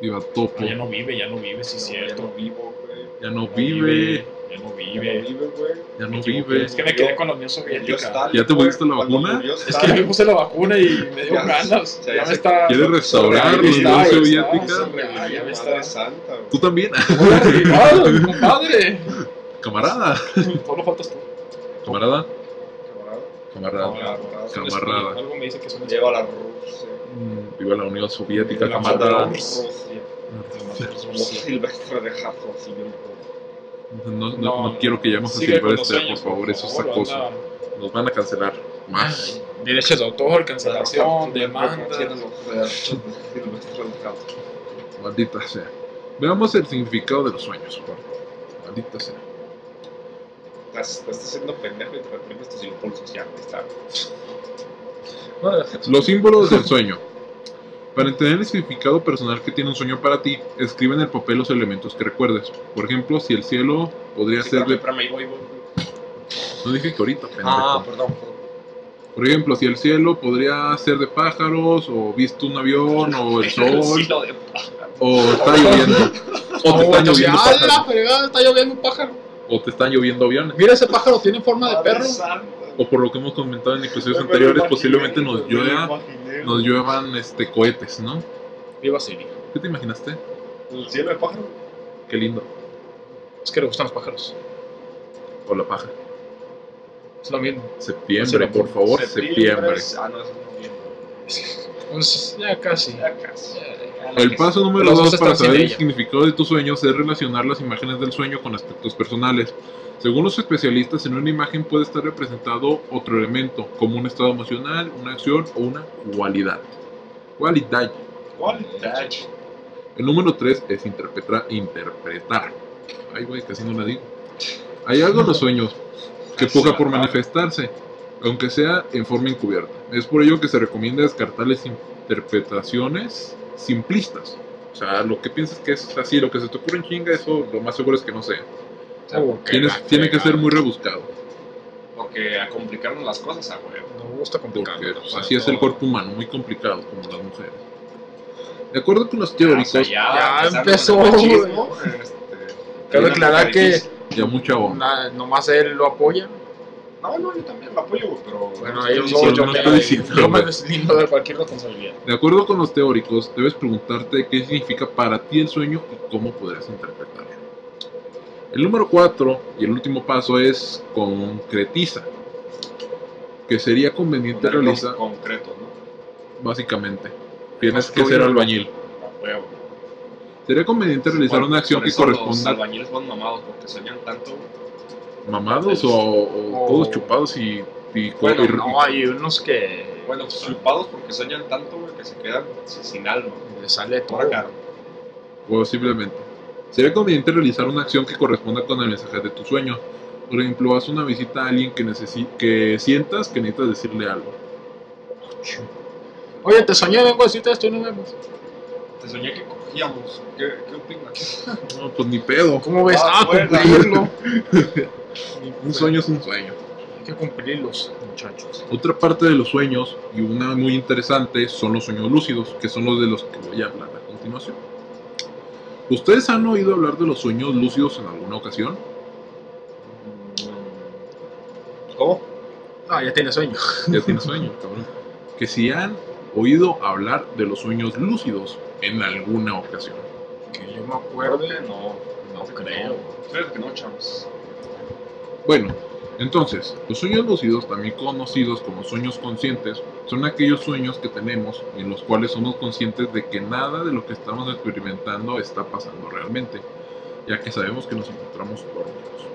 Speaker 1: Viva topo.
Speaker 4: No, ya no vive, ya no vive, sí,
Speaker 3: no,
Speaker 4: es
Speaker 3: ya
Speaker 4: cierto.
Speaker 3: no vivo, güey.
Speaker 1: Ya no
Speaker 4: No
Speaker 1: vive.
Speaker 4: Ya no
Speaker 3: Ya
Speaker 4: vive.
Speaker 3: no vive, güey.
Speaker 1: Ya
Speaker 4: Me
Speaker 1: no
Speaker 4: equivoqué,
Speaker 1: vive.
Speaker 4: Es que me quedé con la Unión
Speaker 3: Yo
Speaker 4: Soviética.
Speaker 3: Stalin,
Speaker 1: ¿Ya te
Speaker 3: güey,
Speaker 1: pusiste la
Speaker 3: cuando
Speaker 1: vacuna?
Speaker 3: murió
Speaker 4: Es que ya me
Speaker 3: Stalin,
Speaker 4: puse la vacuna y me dio
Speaker 3: Ya,
Speaker 4: ganas.
Speaker 3: ya
Speaker 4: Ya,
Speaker 3: sé.
Speaker 4: me está.
Speaker 1: ¿Quieres restaurar la
Speaker 4: Ya está,
Speaker 1: Unión
Speaker 4: ya
Speaker 1: Soviética?
Speaker 4: está, ya, ya
Speaker 3: Madre
Speaker 4: me está.
Speaker 3: santa, güey.
Speaker 1: Tú también,
Speaker 4: Muy arribado, mi compadre.
Speaker 1: camarada.
Speaker 4: Ah, Solo faltas tú.
Speaker 1: Camarada,
Speaker 3: Camarada.
Speaker 1: camarada.
Speaker 3: Camarada.
Speaker 4: Es un
Speaker 1: Camarada.
Speaker 4: escudo. Algo me dice que es un
Speaker 3: Lleva la Rusia.
Speaker 1: Mm, Viva arriba la Unión Soviética,
Speaker 4: La
Speaker 1: camarada.
Speaker 4: mataron.
Speaker 3: Silvestre de Jaffo, señor.
Speaker 1: No, no,
Speaker 4: No,
Speaker 1: no quiero que lleguemos a
Speaker 4: Sigue con los
Speaker 1: Silvestre, por
Speaker 4: sueños,
Speaker 1: favor, eso es
Speaker 4: favor,
Speaker 1: acoso.
Speaker 4: anda.
Speaker 1: Nos van a cancelar más.
Speaker 4: Derechos de autor, cancelación, demandas.
Speaker 3: Silvestre de Jaffo.
Speaker 1: Maldita sea. Veamos el significado de los sueños, por favor. Maldita sea.
Speaker 3: Estás estás haciendo pendejo y te reprimes tus impulsos. Ya, está.
Speaker 1: Los símbolos del sueño. Para entender el significado personal que tiene un sueño para ti, escribe en el papel los elementos que recuerdes. Por ejemplo, si el cielo podría
Speaker 3: Sí,
Speaker 1: ser
Speaker 3: espérame,
Speaker 1: de...
Speaker 3: espérame, ahí voy, voy, voy.
Speaker 1: No dije que ahorita, pendejo.
Speaker 3: Ah, perdón.
Speaker 1: Por ejemplo, si el cielo podría ser de pájaros, o visto un avión, o el sol,
Speaker 3: Silo de-
Speaker 1: o está lloviendo. O te están lloviendo
Speaker 4: ¡Ah, la
Speaker 1: pájaros.
Speaker 4: fregada! Está lloviendo un pájaro.
Speaker 1: O te están lloviendo aviones.
Speaker 4: Mira, ese pájaro tiene forma de perro.
Speaker 3: Madre santa.
Speaker 1: O por lo que hemos comentado en
Speaker 3: Me
Speaker 1: episodios
Speaker 3: lo
Speaker 1: anteriores,
Speaker 3: imaginé,
Speaker 1: posiblemente nos
Speaker 3: me lo
Speaker 1: llueva,
Speaker 3: imaginé.
Speaker 1: nos lluevan este cohetes, ¿no?
Speaker 4: Viva Siri.
Speaker 1: ¿Qué te imaginaste?
Speaker 3: El cielo de pájaro.
Speaker 1: Qué lindo.
Speaker 4: Es que le gustan los pájaros.
Speaker 1: O la paja.
Speaker 4: Es lo mismo.
Speaker 1: Septiembre, por favor, septiembre.
Speaker 3: Ah, no, eso es bien.
Speaker 4: Pues, ya casi.
Speaker 3: Ya casi.
Speaker 1: El paso número
Speaker 4: Los dos
Speaker 1: dos para
Speaker 4: están sin
Speaker 1: saber el
Speaker 4: ella.
Speaker 1: significado de tus sueños es relacionar las imágenes del sueño con aspectos personales. Según los especialistas, en una imagen puede estar representado otro elemento, como un estado emocional, una acción o una cualidad. Cualidad.
Speaker 3: ¿Cuál?
Speaker 1: El número 3 es interpretar. interpretar. Ay, güey, casi no la digo. Hay algo en los sueños que puja por manifestarse, aunque sea en forma encubierta. Es por ello que se recomienda descartar las interpretaciones simplistas. O sea, lo que piensas que es así, lo que se te ocurre en chinga, eso lo más seguro es que no sea. Tienes- tiene que ser muy rebuscado,
Speaker 3: Porque a complicarnos las cosas, a huevo.
Speaker 4: No me gusta complicar.
Speaker 1: porque pues, así es el cuerpo humano, muy complicado, como las mujeres. De acuerdo con los teóricos,
Speaker 3: O sea, ya,
Speaker 4: Ya
Speaker 3: empezando
Speaker 4: empezó,
Speaker 3: con el machismo, este,
Speaker 4: Cabe
Speaker 3: una
Speaker 4: aclarar que-
Speaker 3: difícil.
Speaker 1: ya mucha onda.
Speaker 4: Na- nomás él lo apoya.
Speaker 3: No, no, yo también lo apoyo, güey, pero.
Speaker 4: Bueno, ellos
Speaker 1: Sí,
Speaker 4: dos, yo,
Speaker 1: no
Speaker 4: me-
Speaker 1: estoy diciendo,
Speaker 4: yo me
Speaker 1: güey.
Speaker 4: deslindo de cualquier responsabilidad.
Speaker 1: De acuerdo con los teóricos, debes preguntarte qué significa para ti el sueño y cómo podrás interpretarlo. El número 4 y el último paso es concretiza, que sería conveniente
Speaker 3: Ponerlos
Speaker 1: realizar
Speaker 3: concretos, ¿no?
Speaker 1: básicamente. Tienes que
Speaker 3: Construir
Speaker 1: ser
Speaker 3: algo.
Speaker 1: albañil.
Speaker 3: A huevo.
Speaker 1: Sería conveniente realizar
Speaker 3: Bueno,
Speaker 1: una acción
Speaker 3: por
Speaker 1: que
Speaker 3: eso Los
Speaker 1: corresponda
Speaker 3: albañiles van mamados porque soñan tanto.
Speaker 1: mamados o, o
Speaker 4: O-
Speaker 1: todos chupados y, y-
Speaker 3: Bueno,
Speaker 1: Pues, y-
Speaker 4: No, hay unos que
Speaker 3: Bueno, pues, chupados porque soñan tanto, güey, que se quedan sin sin alma.
Speaker 4: le sale todo.
Speaker 3: Ahora, claro.
Speaker 1: Posiblemente. Sería conveniente realizar una acción que corresponda con el mensaje de tu sueño. Por ejemplo, haz una visita a alguien que, necesi- que sientas que necesitas decirle algo.
Speaker 4: Oye, te soñé, vengo a decirte esto y nos vemos.
Speaker 3: Te soñé que cogíamos. ¿Qué, qué opinas?
Speaker 1: No, pues ni pedo.
Speaker 4: ¿Cómo ves?
Speaker 3: Ah,
Speaker 4: Ah,
Speaker 3: bueno.
Speaker 4: cumplirlo.
Speaker 1: Un sueño es un sueño.
Speaker 4: Hay que cumplirlos, muchachos.
Speaker 1: Otra parte de los sueños, y una muy interesante, son los sueños lúcidos, que son los de los que voy a hablar a continuación. ¿Ustedes han oído hablar de los sueños lúcidos en alguna ocasión?
Speaker 3: ¿Cómo?
Speaker 4: Ah, ya tiene sueño.
Speaker 1: Ya tiene sueño, cabrón. Que si han oído hablar de los sueños lúcidos en alguna ocasión.
Speaker 4: Que yo me acuerde,
Speaker 3: No,
Speaker 4: no creo.
Speaker 3: Creo que no, chavos.
Speaker 1: Bueno, entonces, los sueños lúcidos, también conocidos como sueños conscientes, son aquellos sueños que tenemos en los cuales somos conscientes de que nada de lo que estamos experimentando está pasando realmente, ya que sabemos que nos encontramos dormidos.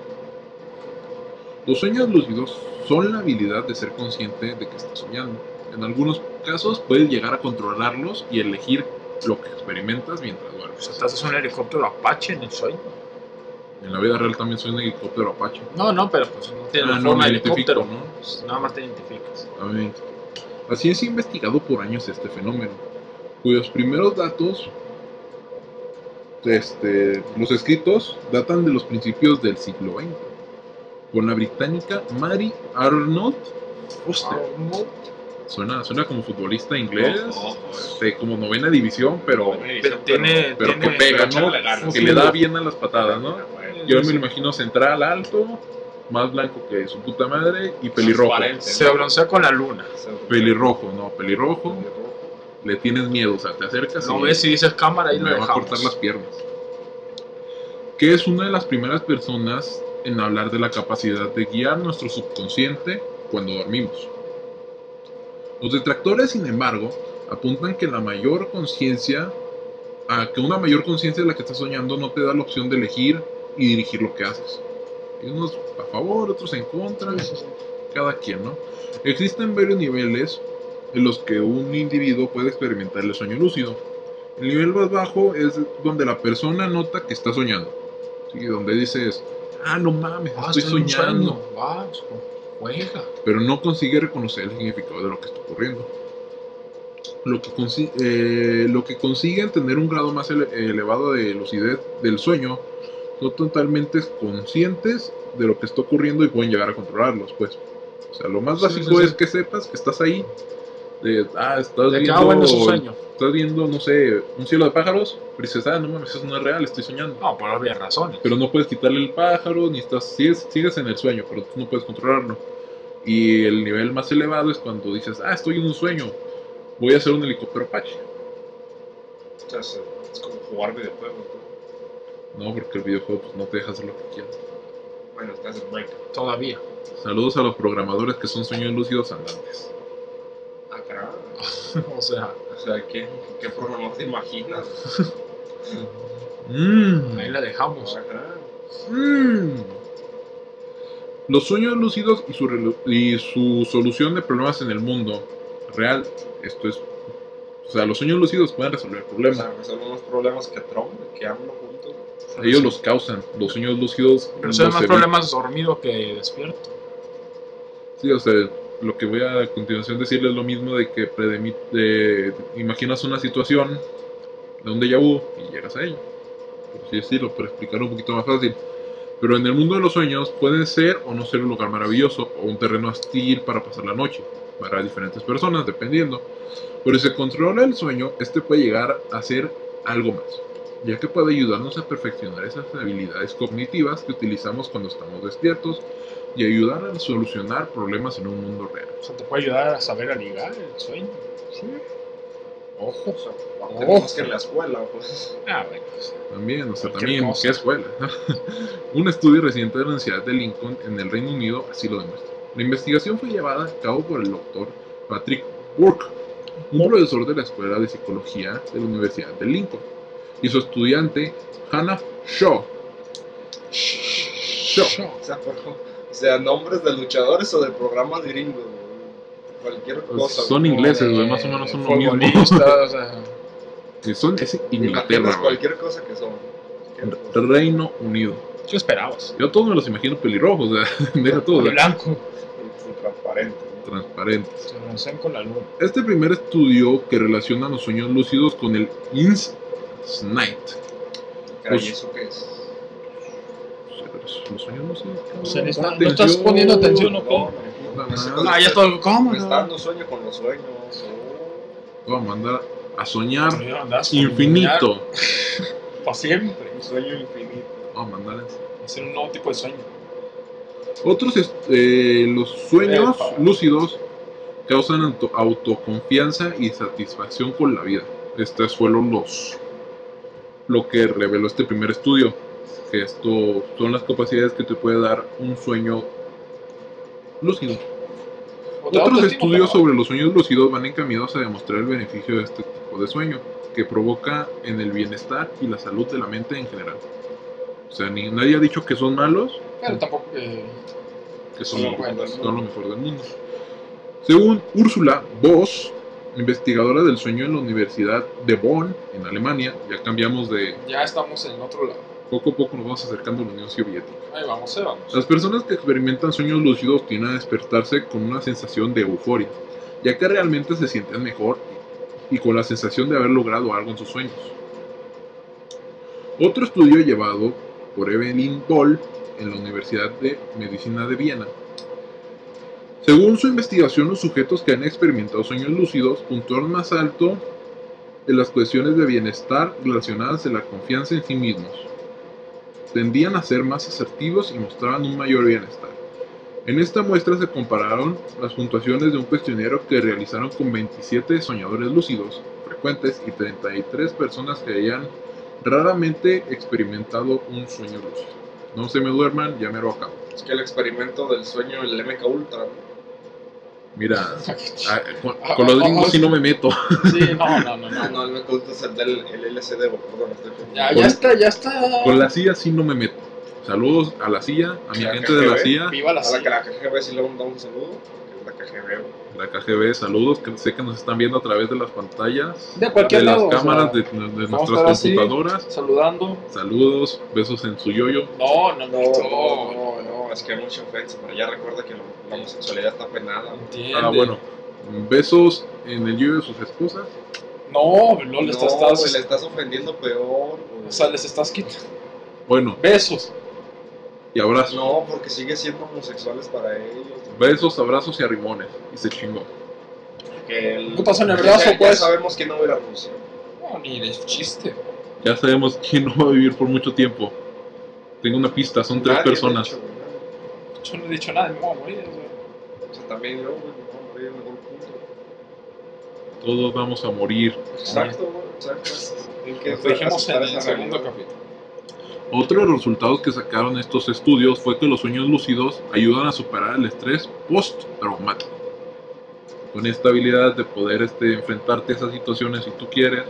Speaker 1: Los sueños lúcidos son la habilidad de ser consciente de que estás soñando. En algunos casos puedes llegar a controlarlos y elegir lo que experimentas mientras
Speaker 4: O
Speaker 1: duermes.
Speaker 4: sea, te haces Pues, un helicóptero Apache en el sueño.
Speaker 1: En la vida real también soy un helicóptero apache.
Speaker 4: No, no, pero pues no tiene
Speaker 1: Ah,
Speaker 4: la
Speaker 1: no,
Speaker 4: forma
Speaker 1: me
Speaker 4: de
Speaker 1: identifico,
Speaker 4: helicóptero.
Speaker 1: ¿no?
Speaker 4: Pues, nada más te identificas.
Speaker 1: Obviamente. Así es investigado por años este fenómeno, cuyos primeros datos, este, los escritos, datan de los principios del siglo XX, con la británica Mary Arnold
Speaker 4: Ah,
Speaker 1: Foster. Suena, suena como futbolista inglés,
Speaker 3: Ojo, ojo.
Speaker 1: este, como novena división, pero,
Speaker 4: Pero tiene,
Speaker 1: pero que
Speaker 4: tiene
Speaker 1: pega,
Speaker 3: pero échale
Speaker 1: ¿no?
Speaker 3: ganas.
Speaker 1: Que le da bien a las patadas, ¿no?
Speaker 3: ¿no?
Speaker 1: Yo me lo imagino central, alto, más blanco que su puta madre y pelirrojo.
Speaker 4: se broncea con la luna.
Speaker 1: Pelirrojo, no, pelirrojo, le tienes miedo, o sea, te acercas
Speaker 4: No
Speaker 1: y
Speaker 4: ves si dices cámara y lo
Speaker 1: me va
Speaker 4: dejamos.
Speaker 1: a cortar las piernas. Que es una de las primeras personas en hablar de la capacidad de guiar nuestro subconsciente cuando dormimos. Los detractores, sin embargo, apuntan que la mayor conciencia, a que una mayor conciencia de la que estás soñando no te da la opción de elegir y dirigir lo que haces. Hay unos a favor, otros en contra, cada quien, ¿no? Existen varios niveles en los que un individuo puede experimentar el sueño lúcido. El nivel más bajo es donde la persona nota que está soñando. ¿sí? Donde dices, ah, no mames,
Speaker 4: Ah,
Speaker 1: estoy
Speaker 4: en un
Speaker 1: soñando
Speaker 4: sueño. Vas, ju- juega.
Speaker 1: pero no consigue reconocer el significado de lo que está ocurriendo. Lo que, consi- eh, lo que consiguen tener un grado más ele- elevado de lucidez del sueño son totalmente conscientes de lo que está ocurriendo y pueden llegar a controlarlos, pues. O sea, lo más
Speaker 4: Sí,
Speaker 1: básico
Speaker 4: sí, sí.
Speaker 1: es que sepas que estás ahí. De, ah, estás
Speaker 4: De que, ah,
Speaker 1: viendo,
Speaker 4: bueno, es un sueño.
Speaker 1: estás viendo, no sé, un cielo de pájaros, pero dices, ah, no mames, eso no es real, estoy soñando.
Speaker 4: No, por obvias razones.
Speaker 1: Pero no puedes quitarle el pájaro, ni estás, sigues, sigues en el sueño, pero tú no puedes controlarlo. Y el nivel más elevado es cuando dices, ah, estoy en un sueño, voy a hacer un helicóptero Apache.
Speaker 3: O sea, es- es como jugar videojuegos. ¿no?
Speaker 1: No, porque el videojuego pues, no te deja hacer lo que quieras.
Speaker 3: Bueno, estás en Minecraft.
Speaker 4: Todavía.
Speaker 1: Saludos a los programadores que son sueños lúcidos andantes.
Speaker 3: Ah, carajo.
Speaker 4: O sea,
Speaker 3: O sea, ¿qué, qué programa te imaginas?
Speaker 1: Mmm.
Speaker 4: ahí la dejamos.
Speaker 3: Ajá.
Speaker 1: Mm. Los sueños lúcidos y su, relu- y su solución de problemas en el mundo real. Esto es. O sea, los sueños lúcidos pueden resolver
Speaker 3: O
Speaker 1: problemas.
Speaker 3: sea, resuelven más problemas que Trump, que AMLO juntos.
Speaker 1: Ellos los causan. Los sueños lúcidos.
Speaker 4: Resuelve
Speaker 1: los
Speaker 4: más
Speaker 1: evi-
Speaker 4: problemas dormido que despierto.
Speaker 1: Sí, o sea, lo que voy a continuación decirles es lo mismo de que predemi- de- imaginas una situación de un déjà vu y llegas a ella. Por así decirlo, para explicar un poquito más fácil. Pero en el mundo de los sueños pueden ser o no ser un lugar maravilloso o un terreno hostil para pasar la noche, para diferentes personas, dependiendo. Pero si se controla el sueño, este puede llegar a ser algo más, ya que puede ayudarnos a perfeccionar esas habilidades cognitivas que utilizamos cuando estamos despiertos y ayudar a solucionar problemas en un mundo real.
Speaker 4: O sea, te puede ayudar a saber a ligar el sueño.
Speaker 3: Ojo. O sea,
Speaker 1: Oh.
Speaker 4: Ojo.
Speaker 3: tenemos que en la escuela, pues.
Speaker 4: Ah, bueno. pues,
Speaker 1: También, o sea,
Speaker 4: Cualquier
Speaker 1: también,
Speaker 4: cosa.
Speaker 1: ¿qué escuela? Un estudio reciente de la Universidad de Lincoln en el Reino Unido así lo demuestra. La investigación fue llevada a cabo por el doctor Patrick Burke, un profesor de la Escuela de Psicología de la Universidad de Lincoln, y su estudiante Hannah Shaw. Shaw.
Speaker 3: O sea, por- o sea, nombres de luchadores o de programas gringos, güey. Cualquier
Speaker 1: Pues
Speaker 3: cosa.
Speaker 1: Son
Speaker 3: güey.
Speaker 1: ingleses, güey,
Speaker 4: de
Speaker 1: más o menos son lo mismo.
Speaker 4: futbolistas, o sea,
Speaker 1: Que Son, es
Speaker 3: Imaginas
Speaker 1: Inglaterra, güey.
Speaker 3: cualquier cosa que son. Cualquier cosa.
Speaker 1: Reino Unido.
Speaker 4: ¿Qué esperabas?
Speaker 1: Yo a todos me los imagino pelirrojos, o sea, deja todo, o sea,
Speaker 4: Blanco.
Speaker 3: Es transparente. ¿no?
Speaker 1: transparente.
Speaker 4: Se broncean con la luna.
Speaker 1: Este primer estudio que relaciona los sueños lúcidos con el INS Night.
Speaker 3: Caray,
Speaker 1: Pues-
Speaker 3: ¿eso qué es?
Speaker 1: Los sueños lúcidos. cabrón.
Speaker 4: O sea,
Speaker 1: Pon
Speaker 4: no, está- no estás poniendo atención, ¿no?
Speaker 3: No, pues,
Speaker 1: No,
Speaker 3: no, no,
Speaker 1: no,
Speaker 3: no.
Speaker 4: Ah, ya todo. ¿Cómo?
Speaker 3: Me está
Speaker 4: No?
Speaker 3: dando sueño con los sueños.
Speaker 1: Vamos a mandar a soñar
Speaker 4: Andas por soñar
Speaker 1: infinito.
Speaker 4: Para siempre.
Speaker 3: Un sueño infinito.
Speaker 1: Vamos a mandar.
Speaker 4: Hacer un nuevo tipo de sueño.
Speaker 1: Otros, es- eh, los sueños
Speaker 3: Epa.
Speaker 1: lúcidos causan auto- autoconfianza y satisfacción con la vida. Estos fueron los, lo que reveló este primer estudio. Que esto son las capacidades que te puede dar un sueño lúcido. Otros estudios sobre los sueños lúcidos van encaminados a demostrar el beneficio de este tipo de sueño, que provoca en el bienestar y la salud de la mente en general. O sea, ni, nadie ha dicho que son malos,
Speaker 4: Pero tampoco eh, que.
Speaker 1: que son,
Speaker 3: Son
Speaker 1: lo,
Speaker 3: buenos,
Speaker 1: mejor,
Speaker 3: ¿no?
Speaker 1: son lo mejor del mundo. Según Úrsula Voss, investigadora del sueño en la Universidad de Bonn, en Alemania, ya cambiamos de
Speaker 4: Ya estamos en otro lado.
Speaker 1: poco a poco nos vamos acercando a la Unión Soviética.
Speaker 4: Ahí vamos, ahí vamos.
Speaker 1: Las personas que experimentan sueños lúcidos tienden a despertarse con una sensación de euforia, ya que realmente se sienten mejor y con la sensación de haber logrado algo en sus sueños. Otro estudio llevado por Evelyn Boll en la Universidad de Medicina de Viena. Según su investigación, los sujetos que han experimentado sueños lúcidos puntuaron más alto en las cuestiones de bienestar relacionadas a la confianza en sí mismos tendían a ser más asertivos y mostraban un mayor bienestar. En esta muestra se compararon las puntuaciones de un cuestionario que realizaron con 27 soñadores lúcidos frecuentes y 33 personas que habían raramente experimentado un sueño lúcido. No se me duerman, ya me lo acabo.
Speaker 3: Es que el experimento del sueño del MK Ultra. ¿no?
Speaker 1: Mira, ah, con, con los gringos sí no me meto.
Speaker 4: Sí, no, no, no.
Speaker 3: No,
Speaker 4: no.
Speaker 3: no, no gusta saltar el, el LCD, güey, perdón. estoy confundido.
Speaker 4: Ya, ya está, ya está.
Speaker 1: Con la silla sí no me meto. Saludos a la silla, a mi
Speaker 3: La
Speaker 1: gente de la
Speaker 3: KGB.
Speaker 1: silla,
Speaker 4: Viva la
Speaker 3: A la,
Speaker 4: silla.
Speaker 3: que la KGB sí le mandamos un saludo. que es La KGB, güey.
Speaker 1: la KGB, saludos, que sé que nos están viendo a través de las pantallas,
Speaker 4: De cualquier
Speaker 1: de las
Speaker 4: lado. o sea,
Speaker 1: cámaras, de, de
Speaker 4: a
Speaker 1: nuestras
Speaker 4: estar así.
Speaker 1: computadoras.
Speaker 4: Saludando.
Speaker 1: Saludos, besos en su yoyo.
Speaker 4: No, no,
Speaker 3: No,
Speaker 4: no.
Speaker 3: no, no, no, es que hay mucha ofensa, pero ya recuerda que la la homosexualidad está penada. güey.
Speaker 4: Entiende.
Speaker 1: Ah, bueno, besos en el yoyo de sus esposas.
Speaker 4: No, no le estás,
Speaker 3: No,
Speaker 4: estás-
Speaker 3: güey, le estás ofendiendo peor. güey.
Speaker 4: o sea, les estás quitando
Speaker 1: Bueno,
Speaker 4: besos.
Speaker 1: y abrazos.
Speaker 3: No, porque sigue siendo homosexuales para ellos.
Speaker 1: Besos, abrazos y arrimones. Y se chingó.
Speaker 3: Que el-
Speaker 4: ¿Qué pasó en el
Speaker 3: Ya-
Speaker 4: brazo,
Speaker 3: ya
Speaker 4: pues?
Speaker 3: sabemos que no era Rusia.
Speaker 4: No, ni de chiste.
Speaker 1: Ya sabemos quién no va a vivir por mucho tiempo. Tengo una pista, son tres
Speaker 3: Nadie, de
Speaker 1: personas.
Speaker 3: hecho, güey.
Speaker 4: Yo no he dicho nada, me voy a morir. o sea.
Speaker 3: O sea, también yo, güey, no, güey, en algún punto.
Speaker 1: Todos vamos a morir.
Speaker 3: Exacto, güey, exacto. Hay que
Speaker 4: Lo dijimos en
Speaker 3: aceptar esa
Speaker 4: el segundo
Speaker 3: realidad.
Speaker 4: capítulo.
Speaker 1: Otro de los resultados que sacaron estos estudios fue que los sueños lúcidos ayudan a superar el estrés post-traumático. Con esta habilidad de poder este, enfrentarte a esas situaciones si tú quieres.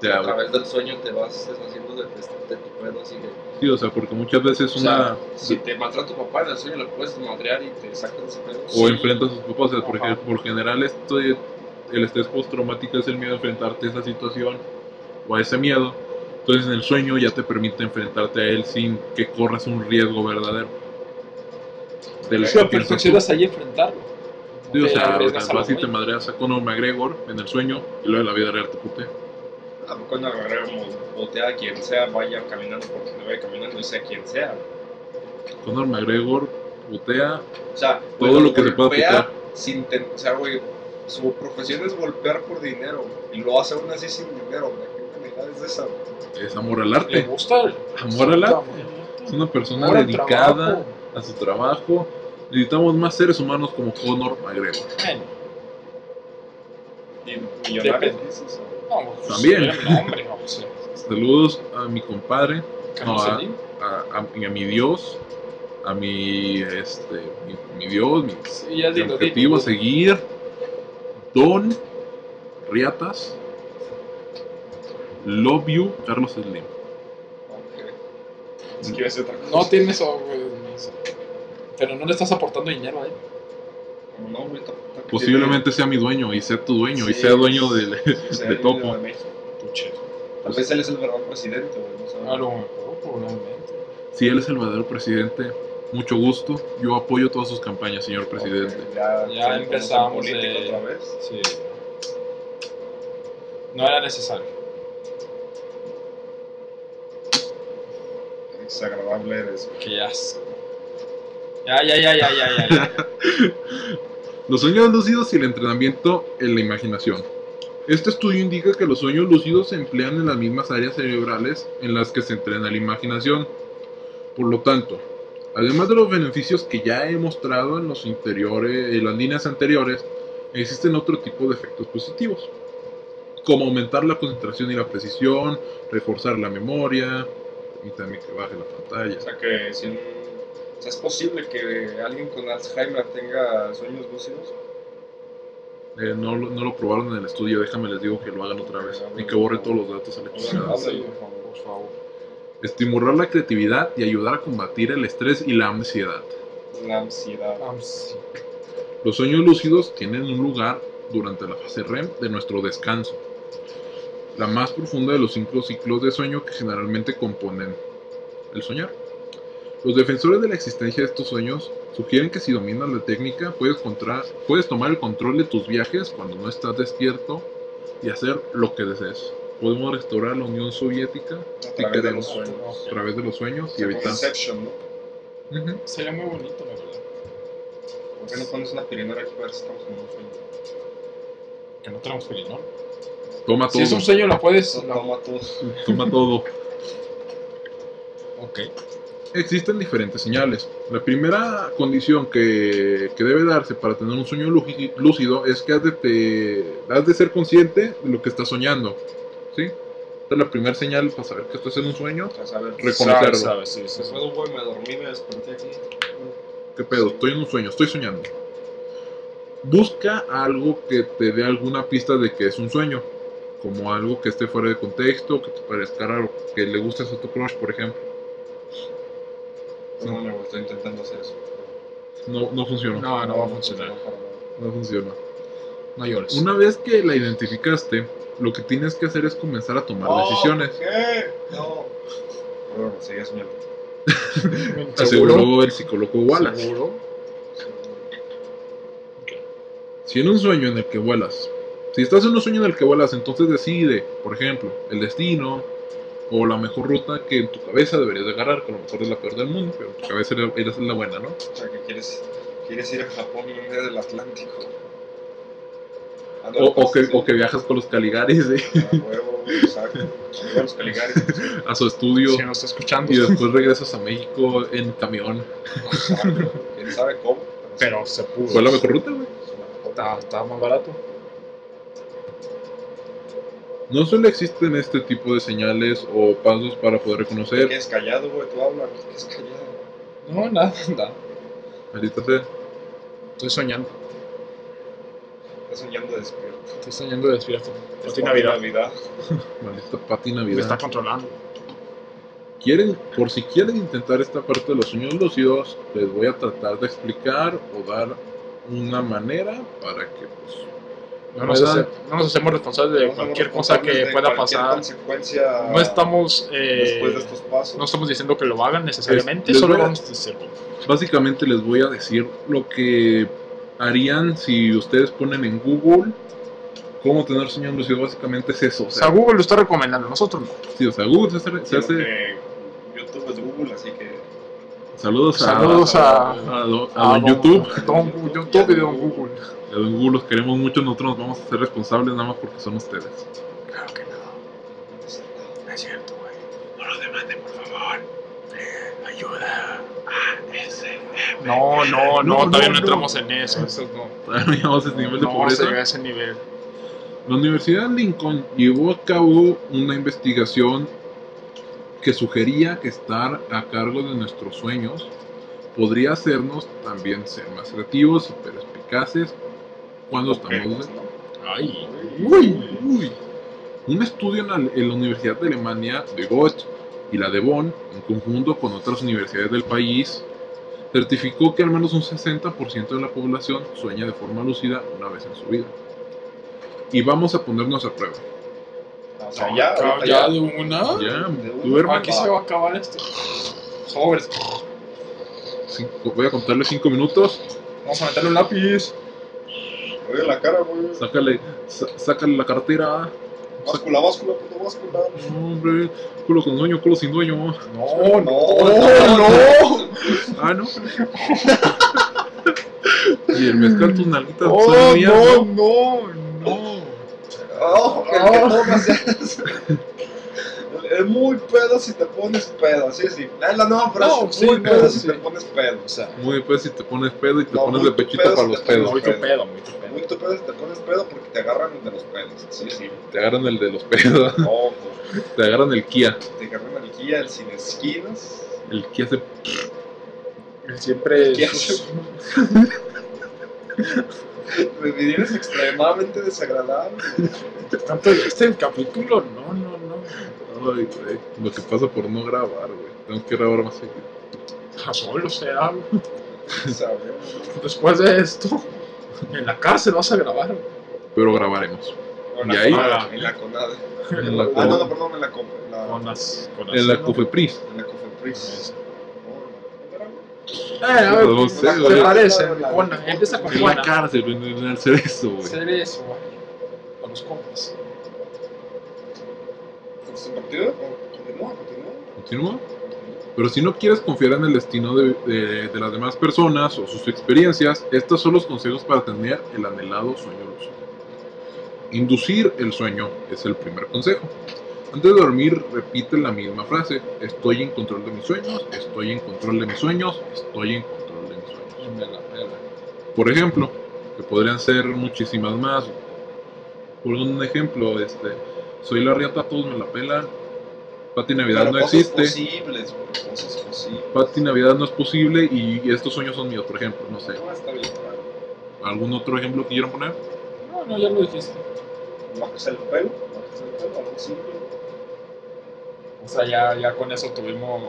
Speaker 1: Te
Speaker 3: A
Speaker 1: ab-
Speaker 3: través del sueño te vas deshaciendo de, este, de- de tu pedo, así que.
Speaker 1: sí, o sea, porque muchas veces
Speaker 3: O sea,
Speaker 1: una...
Speaker 3: Si te maltrata tu papá en el sueño, lo puedes madrear y te sacas de ese pedo.
Speaker 1: o
Speaker 3: Sí.
Speaker 1: enfrentas a sus papás. o sea, por,
Speaker 4: Ajá.
Speaker 1: ejemplo, por general, esto de- el estrés postraumático es el miedo a enfrentarte a esa situación o a ese miedo. Entonces, en el sueño ya te permite enfrentarte a él sin que corras un riesgo verdadero. De lo que
Speaker 4: Lo
Speaker 1: piensas tú.
Speaker 4: perfeccionas ahí enfrentarlo.
Speaker 1: Sí, o
Speaker 4: Te
Speaker 1: sea,
Speaker 4: arriesgas a lo
Speaker 1: vas y te
Speaker 4: güey.
Speaker 1: madreas a Conor McGregor en el sueño y luego en la vida real te putea.
Speaker 3: A poco cuando agarremos, botea a quien sea, vaya caminando porque no vaya caminando y sea quien sea.
Speaker 1: Conor McGregor putea
Speaker 3: O sea,
Speaker 1: todo lo que se pueda
Speaker 3: golpea
Speaker 1: putear.
Speaker 3: sin ten- O sea, güey, su profesión es golpear por dinero güey, y lo hace aún así sin dinero, güey. ¿Qué humanidad es esa? güey?
Speaker 1: Es
Speaker 4: Le
Speaker 1: amoralarte.
Speaker 4: gusta el
Speaker 1: Amoralarte. Es
Speaker 4: Amor
Speaker 1: una persona
Speaker 4: al
Speaker 1: dedicada
Speaker 4: trabajo.
Speaker 1: a su trabajo. Necesitamos más seres humanos como Conor McGregor.
Speaker 4: Bueno,
Speaker 3: Y millonarios, dices. güey.
Speaker 4: no, pues,
Speaker 1: También.
Speaker 4: era mi nombre, no, pues, eh,
Speaker 1: Saludos a mi compadre,
Speaker 4: Carlos
Speaker 1: No, ah.
Speaker 4: Slim.
Speaker 1: a, a- y a mi Dios, a mi, este, mi, mi Dios, mi,
Speaker 4: Sí, ya
Speaker 1: mi
Speaker 4: dilo,
Speaker 1: objetivo a
Speaker 4: dilo.
Speaker 1: seguir. Don Riatas. Love you, Carlos Slim.
Speaker 3: Ok. Si Pues, quieres otra cosa.
Speaker 4: No tienes eso, güey, eso. Pero no le estás aportando dinero a él.
Speaker 3: Como No, güey, tampoco-
Speaker 1: Posiblemente sea mi dueño y sea tu dueño y
Speaker 3: Sí,
Speaker 1: sea dueño del.
Speaker 3: o sea,
Speaker 1: de
Speaker 3: él
Speaker 1: topo.
Speaker 3: de México.
Speaker 4: Tu chef.
Speaker 3: Tal vez él es el verdadero presidente, güey. No sabemos.
Speaker 4: A Ah, lo mejor, probablemente.
Speaker 1: Si él es el verdadero presidente, mucho gusto. Yo apoyo todas sus campañas, señor presidente.
Speaker 3: Ok, Ya,
Speaker 4: Ya
Speaker 3: ya
Speaker 4: empezamos eh.
Speaker 3: empezamos.
Speaker 4: de-
Speaker 3: Otra vez.
Speaker 4: Sí. No era necesario.
Speaker 3: desagradable eres.
Speaker 4: Qué asco. Ya, ya, ya, ya, ya, ya. ya.
Speaker 1: Los sueños lúcidos y el entrenamiento en la imaginación. Este estudio indica que los sueños lúcidos se emplean en las mismas áreas cerebrales en las que se entrena la imaginación. Por lo tanto, además de los beneficios que ya he mostrado en los interiores, en las líneas anteriores, existen otro tipo de efectos positivos, como aumentar la concentración y la precisión, reforzar la memoria y también que baje la pantalla.
Speaker 3: O sea que si un- o sea, es posible que alguien con Alzheimer tenga sueños lúcidos.
Speaker 1: Eh, no, lo- no lo probaron en el estudio, déjame les digo que lo hagan otra vez y que borre todos los datos a la
Speaker 3: Oigan,
Speaker 1: chingada.
Speaker 3: ándale, por favor.
Speaker 4: Por favor.
Speaker 1: Estimular la creatividad y ayudar a combatir el estrés y la ansiedad.
Speaker 3: La ansiedad.
Speaker 4: Ah, sí.
Speaker 1: Los sueños lúcidos tienen un lugar durante la fase REM de nuestro descanso, la más profunda de los cinco ciclos de sueño que generalmente componen el soñar. Los defensores de la existencia de estos sueños sugieren que si dominas la técnica puedes, contra- puedes tomar el control de tus viajes cuando no estás despierto y hacer lo que desees. Podemos restaurar la Unión Soviética
Speaker 3: A
Speaker 1: si
Speaker 3: través de
Speaker 1: queremos
Speaker 3: los sueños.
Speaker 1: a través de los sueños y
Speaker 3: Como
Speaker 1: evitar...
Speaker 3: Inception, ¿no?
Speaker 1: Ujú.
Speaker 4: Sería muy bonito, la verdad.
Speaker 3: ¿Por qué no pones una pirinera aquí para ver si estamos en un sueño?
Speaker 4: Que no tenemos pelinón.
Speaker 1: Toma todo.
Speaker 4: Si es un sueño, la puedes.
Speaker 3: Eso
Speaker 4: la-
Speaker 3: toma todos.
Speaker 1: Toma todo.
Speaker 4: Ok.
Speaker 1: Existen diferentes señales. La primera condición que, que debe darse para tener un sueño lúgi- lúcido es que has de, te- has de ser consciente de lo que estás soñando. ¿sí? Esta es la primera señal para saber que estás en un sueño.
Speaker 3: O sea, saber.
Speaker 1: Reconocerlo.
Speaker 4: Sabes, sabes, sí, sí, sí.
Speaker 3: Después güey, me dormí, me desperté aquí.
Speaker 1: ¿Qué pedo? Estoy en un sueño, estoy soñando. Busca algo que te dé alguna pista de que es un sueño, como algo que esté fuera de contexto, que te parezca raro, que le guste a tu crush, por ejemplo.
Speaker 3: No, no, estoy intentando hacer eso.
Speaker 1: No, no funcionó.
Speaker 4: Ah, No, no va a funcionar.
Speaker 1: no funcionó.
Speaker 4: No llores.
Speaker 1: Una vez que la identificaste, lo que tienes que hacer es comenzar a tomar
Speaker 4: Oh.
Speaker 3: No,
Speaker 1: decisiones.
Speaker 3: ¿Qué? No. Bueno, pues, seguía soñando.
Speaker 1: Aseguró el psicólogo Wallace.
Speaker 4: ¿Seguro?
Speaker 1: Si en un sueño en el que vuelas, si estás en un sueño en el que vuelas, entonces decide, por ejemplo, el destino o la mejor ruta que en tu cabeza deberías de agarrar, que a lo mejor es la peor del mundo, pero en tu cabeza era- era la buena, ¿no?
Speaker 3: O sea, que quieres, quieres ir a Japón en un día del Atlántico. Ah, no,
Speaker 1: O, o que,
Speaker 3: sí.
Speaker 1: o que viajas con los Caligaris eh,
Speaker 3: A huevo, güey, exacto. Saludos a los pues, Caligaris.
Speaker 1: a su estudio
Speaker 4: Si nos está escuchando.
Speaker 1: y después regresas a México en camión.
Speaker 3: Exacto. Quién sabe cómo.
Speaker 4: Pero se pudo.
Speaker 1: Fue la mejor ruta, güey.
Speaker 4: Está, está más barato.
Speaker 1: No solo existen este tipo de señales o pasos para poder reconocer
Speaker 3: ¿Qué es callado, güey? Tú hablas. ¿Qué es callado?
Speaker 4: No, nada, nada.
Speaker 1: Maldita sea.
Speaker 4: Estoy soñando.
Speaker 3: Estás soñando despierto.
Speaker 4: Estoy soñando despierto. No
Speaker 3: Es
Speaker 4: tiene Pues Navidad.
Speaker 3: Navidad.
Speaker 1: Maldita Pati
Speaker 4: Me está
Speaker 1: Navidad.
Speaker 4: controlando.
Speaker 1: Quieren, por si quieren intentar esta parte de los sueños lúcidos, les voy a tratar de explicar o dar una manera para que pues,
Speaker 4: No nos,
Speaker 1: ¿Verdad?
Speaker 4: hace- no nos hacemos responsables de
Speaker 3: No somos
Speaker 4: cualquier cosa que
Speaker 3: responsables de
Speaker 4: pueda
Speaker 3: cualquier
Speaker 4: pasar.
Speaker 3: consecuencia
Speaker 4: No estamos, eh,
Speaker 3: después de estos pasos.
Speaker 4: no estamos diciendo que lo hagan necesariamente,
Speaker 1: Les- les
Speaker 4: solo
Speaker 1: voy a-
Speaker 4: vamos a decirlo.
Speaker 1: básicamente les voy a decir lo que harían si ustedes ponen en Google cómo tener sueños lúcidos. Básicamente es eso. O
Speaker 4: O sea,
Speaker 1: sea,
Speaker 4: Google lo está recomendando, nosotros no.
Speaker 1: sí, o sea, Google se hace- se
Speaker 3: Sino
Speaker 1: hace.
Speaker 3: que YouTube es Google, así que.
Speaker 1: Saludos a,
Speaker 4: Saludos a,
Speaker 1: a don- a
Speaker 4: a
Speaker 1: don YouTube.
Speaker 4: Don, Gu- YouTube y Don Google.
Speaker 1: A don Google los queremos mucho. Nosotros nos vamos a hacer responsables nada más porque son ustedes.
Speaker 4: Claro que no. No es cierto, güey. No lo demanden, por favor. Ayuda. No, no, no,
Speaker 1: No,
Speaker 4: todavía
Speaker 1: no,
Speaker 4: no,
Speaker 1: no.
Speaker 4: entramos en eso. Eso no.
Speaker 1: Todavía no llegamos a ese nivel de
Speaker 4: no
Speaker 1: pobreza.
Speaker 4: se llega a ese nivel.
Speaker 1: La Universidad Lincoln llevó a cabo una investigación que sugería que estar a cargo de nuestros sueños podría hacernos también ser más creativos y perspicaces cuando estamos...
Speaker 4: Ay.
Speaker 1: ¡Uy! ¡Uy! Un estudio en la, en la Universidad de Alemania de Goethe y la de Bonn, en conjunto con otras universidades del país, certificó que al menos un 60% de la población sueña de forma lúcida una vez en su vida. Y vamos a ponernos a prueba.
Speaker 3: O sea, ya, ahorita ya.
Speaker 4: de una.
Speaker 1: Ya,
Speaker 3: de una.
Speaker 1: duerme.
Speaker 4: Aquí se va a acabar esto. Sobres.
Speaker 1: Cinco- voy a contarle cinco minutos.
Speaker 4: Vamos a meterle un lápiz.
Speaker 3: Oye, la cara, güey.
Speaker 1: Sácale, sa- sácale la cartera.
Speaker 3: Báscula, báscula, puto báscula.
Speaker 1: No, hombre, culo con dueño, culo sin dueño.
Speaker 4: No, no.
Speaker 3: no.
Speaker 1: Ah, no. y el mezcal, tus nalguitas
Speaker 4: Oh,
Speaker 1: son mías, ¿no?
Speaker 4: no, no, no.
Speaker 3: Oh, que no me haces. Es muy pedo si te pones pedo, sí, sí. Es la nueva frase.
Speaker 4: No, sí,
Speaker 3: muy
Speaker 4: no,
Speaker 3: pedo si
Speaker 4: sí.
Speaker 3: te pones pedo.
Speaker 4: O sea,
Speaker 1: Muy pues si te pones pedo y te
Speaker 3: No,
Speaker 1: pones
Speaker 3: muy
Speaker 1: de pechito
Speaker 3: pedo
Speaker 1: para
Speaker 3: este, si
Speaker 1: los
Speaker 3: te
Speaker 1: pedos.
Speaker 3: pones
Speaker 4: muy tu pedo, muy tu pedo.
Speaker 3: Muy tu pedo si te pones pedo porque te agarran de los pedos. Sí, sí.
Speaker 1: Te agarran el de los pedos.
Speaker 3: No,
Speaker 1: Te agarran el Kia.
Speaker 3: pues, te agarran el guía, el sin esquinas.
Speaker 1: El Kia se.
Speaker 4: Él siempre.
Speaker 3: ¿Qué
Speaker 4: sus-
Speaker 3: Vivir es extremadamente desagradable.
Speaker 4: Tanto este capítulo, no, no, no.
Speaker 1: Ay, güey. Lo que pasa por no grabar, güey. Tengo que grabar más seguido.
Speaker 4: A solo se habla.
Speaker 3: Sabemos.
Speaker 4: Después de esto, en la cárcel vas a grabar.
Speaker 1: Pero grabaremos.
Speaker 3: En la
Speaker 1: ¿Y ahí?
Speaker 3: Conade, En la Conade.
Speaker 1: En la,
Speaker 3: Ah, no, no,
Speaker 1: co-
Speaker 3: perdón, en la Conade. En la,
Speaker 4: Con las. Con las
Speaker 1: en la Cofepris.
Speaker 3: en la Cofepris.
Speaker 4: Eh, a ver,
Speaker 1: No sé,
Speaker 4: ¿te
Speaker 1: güey.
Speaker 4: parece? Juana, empieza con
Speaker 1: En la
Speaker 4: Juana.
Speaker 1: cárcel, en en el cerezo, güey.
Speaker 4: Hacer eso, güey. Con los compas.
Speaker 3: ¿Se partido? Oh, Continúa, continúa.
Speaker 1: Continúa. Pero si no quieres confiar en el destino de, de- de las demás personas o sus experiencias, estos son los consejos para tener el anhelado sueño lúcido. Inducir el sueño es el primer consejo. Antes de dormir, repite la misma frase. Estoy en control de mis sueños, estoy en control de mis sueños, estoy en control de mis sueños.
Speaker 4: Mela, mela.
Speaker 1: Por ejemplo, que podrían ser muchísimas más. Por un ejemplo, este, soy la riata, todos me la pelan. Pati Navidad
Speaker 3: Pero
Speaker 1: no
Speaker 3: cosas
Speaker 1: existe.
Speaker 3: posibles, güey, Cosas posibles.
Speaker 1: Pati Navidad no es posible y estos sueños son míos, por ejemplo, no sé.
Speaker 3: No, está bien, claro.
Speaker 1: ¿Algún otro ejemplo que quieran poner?
Speaker 4: No, no, ya lo dijiste.
Speaker 3: Bajarse el pelo, bajarse el pelo, algo simple.
Speaker 4: O sea, ya, ya con eso tuvimos,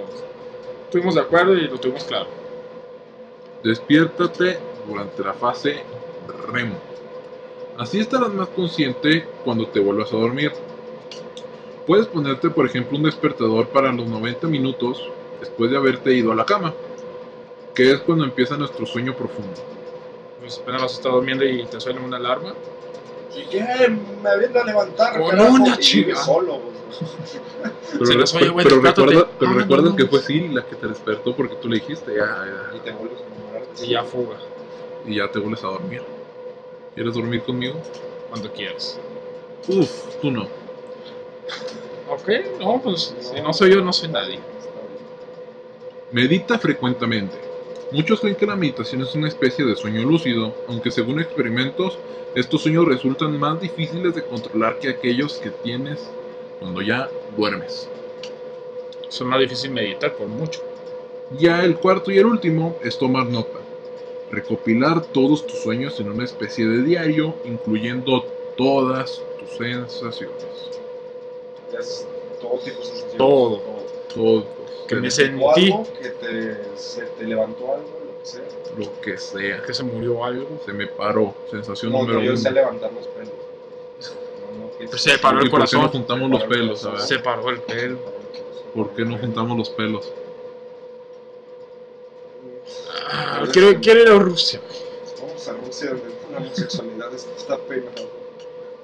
Speaker 4: tuvimos de acuerdo y lo tuvimos claro.
Speaker 1: Despiértate durante la fase REM. Así estarás más consciente cuando te vuelvas a dormir. Puedes ponerte, por ejemplo, un despertador para los 90 minutos después de haberte ido a la cama, que es cuando empieza nuestro sueño profundo.
Speaker 4: Pues apenas vas a estar durmiendo y te suena una alarma.
Speaker 3: Y que "Eh, me viene a levantar.
Speaker 4: Con
Speaker 3: carajo,
Speaker 4: una
Speaker 3: y vive
Speaker 4: chica.
Speaker 3: solo, güey.
Speaker 1: Pero,
Speaker 4: Se
Speaker 1: re-
Speaker 4: les oye, güey,
Speaker 1: pero
Speaker 4: despertate.
Speaker 1: recuerda, pero
Speaker 4: Ah, No, no,
Speaker 1: recuerda
Speaker 4: no, no.
Speaker 1: que fue Siri la que te despertó porque tú le dijiste "Ah, ya,
Speaker 3: Y te vuelves a enamorar.
Speaker 4: Y ya fuga,
Speaker 1: ya, y ya te vuelves a dormir. ¿Quieres dormir conmigo?
Speaker 4: cuando quieras.
Speaker 1: Uf, tú no.
Speaker 4: Ok, no, pues si no soy yo, no soy nadie.
Speaker 1: Medita frecuentemente. Muchos creen que la meditación es una especie de sueño lúcido, aunque según experimentos, estos sueños resultan más difíciles de controlar que aquellos que tienes cuando ya duermes.
Speaker 4: Es más difícil meditar por mucho.
Speaker 1: Ya el cuarto y el último es tomar nota. Recopilar todos tus sueños en una especie de diario, incluyendo todas tus sensaciones.
Speaker 3: Ya es todo tipo de sensaciones.
Speaker 4: Todo.
Speaker 1: Todo
Speaker 4: Que me
Speaker 3: O
Speaker 4: sentí
Speaker 3: algo que te, se te levantó algo, lo que sea.
Speaker 1: lo que sea.
Speaker 4: que se murió algo.
Speaker 1: Se me paró. Sensación
Speaker 3: No,
Speaker 1: número
Speaker 3: yo
Speaker 1: uno.
Speaker 3: sé levantar los pelos. No, no, que-
Speaker 4: Pues se paró el
Speaker 1: ¿Y por qué no
Speaker 4: corazón,
Speaker 1: juntamos los pelos? A ver.
Speaker 4: se paró el pelo.
Speaker 1: ¿Por qué no juntamos los pelos?
Speaker 4: Ah, quiero, quiero ir a Rusia.
Speaker 3: Vamos a Rusia, donde la homosexualidad está penada.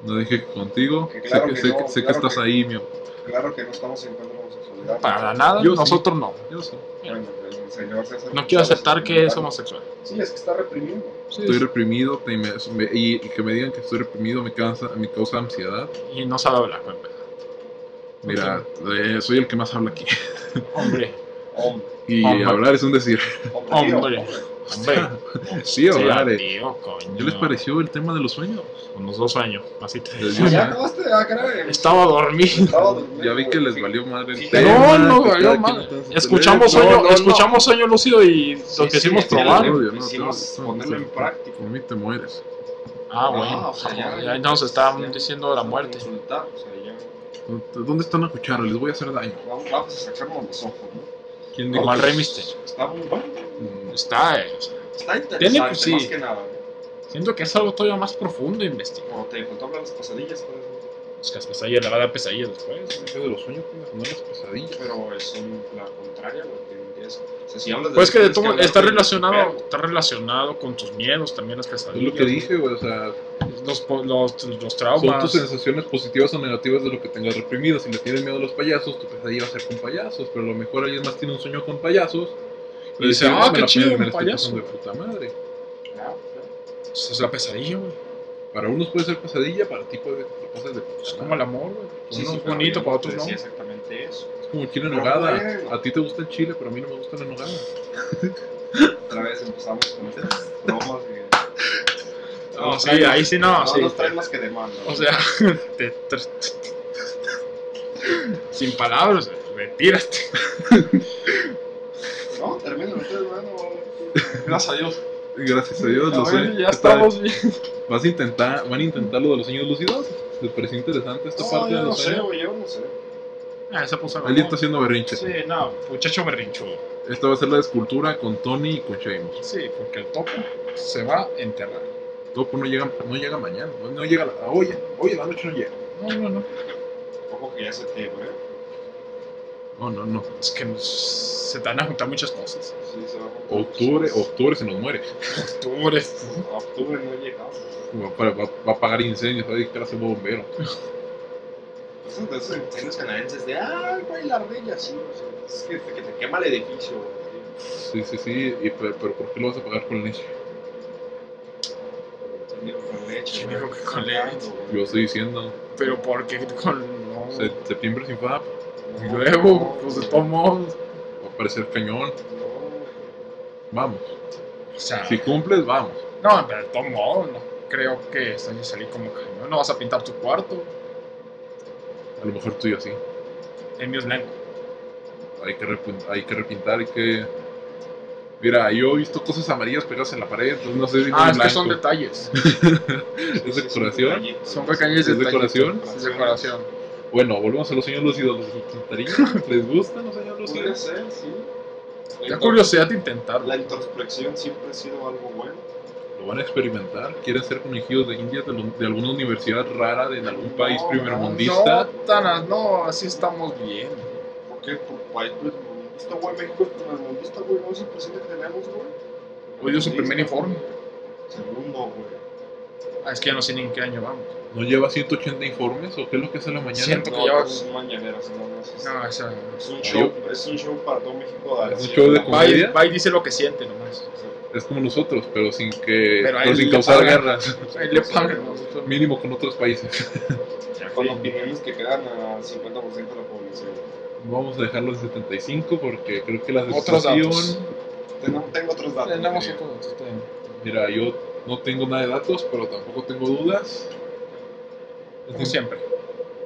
Speaker 1: No dije que contigo.
Speaker 3: Que claro
Speaker 1: sé que,
Speaker 3: que
Speaker 1: sé
Speaker 3: no,
Speaker 1: que- sé que
Speaker 3: claro
Speaker 1: estás
Speaker 3: que-
Speaker 1: ahí, mío.
Speaker 3: Claro que no estamos en contra de la homosexualidad.
Speaker 4: Para nada,
Speaker 1: Yo sí.
Speaker 4: nosotros no.
Speaker 1: Yo sí.
Speaker 3: Bueno, pues, el señor César
Speaker 4: No quiero
Speaker 3: González
Speaker 4: aceptar
Speaker 3: es
Speaker 4: que es
Speaker 3: militar.
Speaker 4: homosexual.
Speaker 3: Sí, es que está reprimiendo.
Speaker 1: Estoy reprimido te- me- me- y, y que me digan que estoy reprimido me, cansa, me causa ansiedad.
Speaker 4: Y no sabe hablar, pues, para empezar.
Speaker 1: Mira, eh, soy el que más habla aquí.
Speaker 4: Hombre,
Speaker 3: Hombre.
Speaker 1: Y
Speaker 4: Hombre.
Speaker 1: hablar es un decir.
Speaker 3: tío,
Speaker 4: Hombre. hombre.
Speaker 1: Sí, hablar. eh.
Speaker 4: tío, coño.
Speaker 1: ¿Qué les pareció el tema de los sueños?
Speaker 4: Unos dos años, así te
Speaker 1: Les dio
Speaker 3: Ah, Ya
Speaker 1: mal.
Speaker 3: acabaste, ah, caray.
Speaker 4: Estaba dormido.
Speaker 3: Estaba durmiendo,
Speaker 1: Ya vi que
Speaker 3: güey.
Speaker 1: les valió madre el
Speaker 3: Sí.
Speaker 1: tema,
Speaker 4: No, no
Speaker 1: que
Speaker 4: valió
Speaker 1: cada quien
Speaker 4: madre.
Speaker 1: está en su
Speaker 4: Escuchamos
Speaker 1: teléfono.
Speaker 4: sueño,
Speaker 3: no, no.
Speaker 4: escuchamos sueño lúcido y
Speaker 3: Sí,
Speaker 4: lo
Speaker 3: sí,
Speaker 4: quisimos
Speaker 3: sí,
Speaker 4: probar.
Speaker 3: sí,
Speaker 1: Obvio, no,
Speaker 3: Quisimos
Speaker 1: todo- todo-
Speaker 3: ponerlo en
Speaker 1: todo-
Speaker 3: práctica.
Speaker 1: Por mí te mueres.
Speaker 4: Ah,
Speaker 3: Ah,
Speaker 4: bueno.
Speaker 3: o sea, ya-
Speaker 4: ya nos estaban
Speaker 3: ya-
Speaker 4: diciendo la muerte.
Speaker 3: Insultar, o sea, ya-
Speaker 1: ¿Dónde están a cuchara? Les voy a hacer daño.
Speaker 3: Vamos, vamos a sacarnos los ojos, ¿no?
Speaker 1: ¿Quién
Speaker 4: Como al
Speaker 1: que-
Speaker 4: Rey Misterio.
Speaker 3: Está muy bueno.
Speaker 1: Mm,
Speaker 4: Está, eh, o sea,
Speaker 3: Está interesante,
Speaker 4: Tiene, pues, sí.
Speaker 3: más que nada. güey.
Speaker 4: siento que es algo todavía más profundo de investigar.
Speaker 3: Como te contó hablar las pues, pasadillas, por eso.
Speaker 4: Es que las pesadillas, la verdad, pesadillas después.
Speaker 1: Eso de los sueños, pues, no las pesadillas.
Speaker 3: Pero es un- la contraria, lo que vendrías. O sea, si hablas de
Speaker 4: Pues que de
Speaker 3: tienes
Speaker 4: todo-
Speaker 3: hablar
Speaker 4: está
Speaker 3: de-
Speaker 4: relacionado, está relacionado con tus miedos, también las
Speaker 1: Es lo
Speaker 4: pesadillas.
Speaker 1: que dije, güey. O sea,
Speaker 4: Los, po- los, los
Speaker 1: Son tus
Speaker 4: traumas.
Speaker 1: sensaciones positivas o negativas de lo que tengas reprimido. Si le tienes miedo a los payasos, tu pesadilla va a ser con payasos. Pero a lo mejor alguien más tiene un sueño con payasos.
Speaker 4: Y dice,
Speaker 1: no,
Speaker 4: ah,
Speaker 1: me
Speaker 4: qué
Speaker 1: la
Speaker 4: chido,
Speaker 1: pedo, me
Speaker 4: un
Speaker 1: la estoy pasando
Speaker 4: payaso.
Speaker 1: de puta madre.
Speaker 3: Claro, claro.
Speaker 4: Esa es la pesadilla, güey.
Speaker 1: Para unos puede ser pesadilla, para ti puede ser cosas de puta
Speaker 4: Es como
Speaker 1: madre.
Speaker 4: el amor, güey.
Speaker 3: Sí,
Speaker 4: Unos
Speaker 3: sí,
Speaker 4: es
Speaker 3: pero
Speaker 4: bonito,
Speaker 3: yo te
Speaker 4: para otros no.
Speaker 3: decía exactamente eso.
Speaker 1: Es como el chile en
Speaker 3: Pero
Speaker 1: nogada.
Speaker 3: bueno.
Speaker 1: A ti te gusta el chile, pero a mí no me gusta la nogada.
Speaker 3: Otra vez empezamos con estas bromas. güey.
Speaker 4: No,
Speaker 3: nos
Speaker 4: sí,
Speaker 3: traen-
Speaker 4: ahí sí no,
Speaker 3: no
Speaker 4: sí.
Speaker 3: nos traen más que demanda.
Speaker 4: O sea, te- te- sin palabras, retírate.
Speaker 3: no, termino, ustedes, bueno.
Speaker 4: Gracias a Dios.
Speaker 1: Gracias a Dios, los sueños.
Speaker 4: ya estamos bien.
Speaker 1: ¿Vas a intentar, ¿Van a intentar lo de los sueños lúcidos? ¿Les pareció interesante esta
Speaker 3: No,
Speaker 1: parte
Speaker 3: yo
Speaker 1: de
Speaker 3: no
Speaker 1: los
Speaker 3: sé,
Speaker 1: sueños?
Speaker 3: güey, yo no sé.
Speaker 4: Ah, esa puso
Speaker 1: Ali está haciendo berrinche.
Speaker 4: Sí, no, muchacho berrinchudo.
Speaker 1: Esta va a ser la escultura con Tony y con Seamus.
Speaker 4: Sí, porque el topo se va a enterrar.
Speaker 1: Topo no llega, no llega mañana, no, no llega la, ah, hoy, hoy en la noche no llega.
Speaker 4: No, no, no.
Speaker 3: Ojo que ya se te, güey.
Speaker 1: No, no, no.
Speaker 4: Es que nos- se te van a juntar muchas cosas.
Speaker 3: Sí, se va a juntar.
Speaker 1: Octubre, octubre se nos muere.
Speaker 4: Octubre, fu-
Speaker 3: A Octubre no llegamos.
Speaker 1: Va, a- va a- va a apagar incendios, va a dedicar a ser bombero.
Speaker 3: Esos de esos incendios canadienses de, ay, güey, la ardilla, sí. o sea, es que, que te quema el edificio, güey.
Speaker 1: Sí, sí, sí. y pe- pero ¿por qué lo vas a pagar con leche?
Speaker 3: Incendio Con leche.
Speaker 4: ¿Quién
Speaker 3: güey.
Speaker 4: dijo que con leche?
Speaker 1: Yo estoy diciendo,
Speaker 4: pero ¿por qué con.? No.
Speaker 1: se- septiembre sin FAP,
Speaker 4: Y luego, pues de todos modos.
Speaker 1: va a parecer cañón. Vamos.
Speaker 4: O sea,
Speaker 1: Si cumples, vamos.
Speaker 4: no, pero de todos modos, no creo que estés a salir como cañón. No vas a pintar tu cuarto.
Speaker 1: A lo mejor tú y yo sí.
Speaker 4: El mío es blanco.
Speaker 1: Hay que, repin- hay que repintar, hay que Mira, yo he visto cosas amarillas pegadas en la pared, entonces no sé si
Speaker 4: Ah,
Speaker 1: tiene
Speaker 4: es que son
Speaker 1: blanco.
Speaker 4: detalles.
Speaker 1: ¿Es decoración?
Speaker 4: Son pequeños
Speaker 1: ¿Es
Speaker 4: detalles.
Speaker 1: decoración?
Speaker 4: Es decoración.
Speaker 1: Bueno, volvemos a los sueños lúcidos. ¿Les encantaría? ¿Les gustan los sueños
Speaker 3: Puede
Speaker 1: lúcidos?
Speaker 3: ser, sí. La
Speaker 4: Ya
Speaker 3: intor-
Speaker 4: curiosidad de intentarlo.
Speaker 3: La introspección siempre ha sido algo bueno.
Speaker 1: ¿Lo van a experimentar? ¿Quieren ser conejillos de India de, lo- de alguna universidad rara de algún país
Speaker 3: No,
Speaker 1: primermundista?
Speaker 4: No, tan, no, así estamos bien.
Speaker 3: ¿Por qué? Por país primermundista, güey. México es primermundista, güey. No es el presidente que tenemos, güey.
Speaker 4: Hoy dio su Pues primer informe.
Speaker 3: Segundo, güey.
Speaker 4: Ah, es que ya no sé ni en qué año vamos.
Speaker 1: ¿No lleva 180 informes? ¿O qué es lo que hace en la mañana?
Speaker 4: Siento que
Speaker 3: No,
Speaker 4: ya
Speaker 3: no,
Speaker 4: va-
Speaker 3: es mañanera, si no, no es-
Speaker 4: No, o sea,
Speaker 3: Es un show, es un show para todo México. a
Speaker 1: Es
Speaker 3: las
Speaker 1: un
Speaker 3: siete
Speaker 1: show de
Speaker 3: la
Speaker 1: comedia.
Speaker 4: va y- va y dice lo que siente nomás.
Speaker 1: Es como nosotros, pero sin que
Speaker 4: Pero a
Speaker 1: pero
Speaker 4: él
Speaker 1: sin
Speaker 4: le
Speaker 1: causar
Speaker 4: pagan.
Speaker 1: guerras.
Speaker 4: Ahí le pagan. nosotros.
Speaker 1: Mínimo con otros países.
Speaker 3: tarde, Con opiniones que quedan al 50% de la población.
Speaker 1: Vamos a dejarlo en 75 porque creo que la
Speaker 4: Otros
Speaker 1: decepción...
Speaker 4: datos.
Speaker 3: Tengo, tengo otros datos.
Speaker 4: Tenemos
Speaker 1: Sí.
Speaker 4: otro dato, está bien.
Speaker 1: Mira, yo no tengo nada de datos, pero tampoco tengo dudas.
Speaker 4: Como siempre.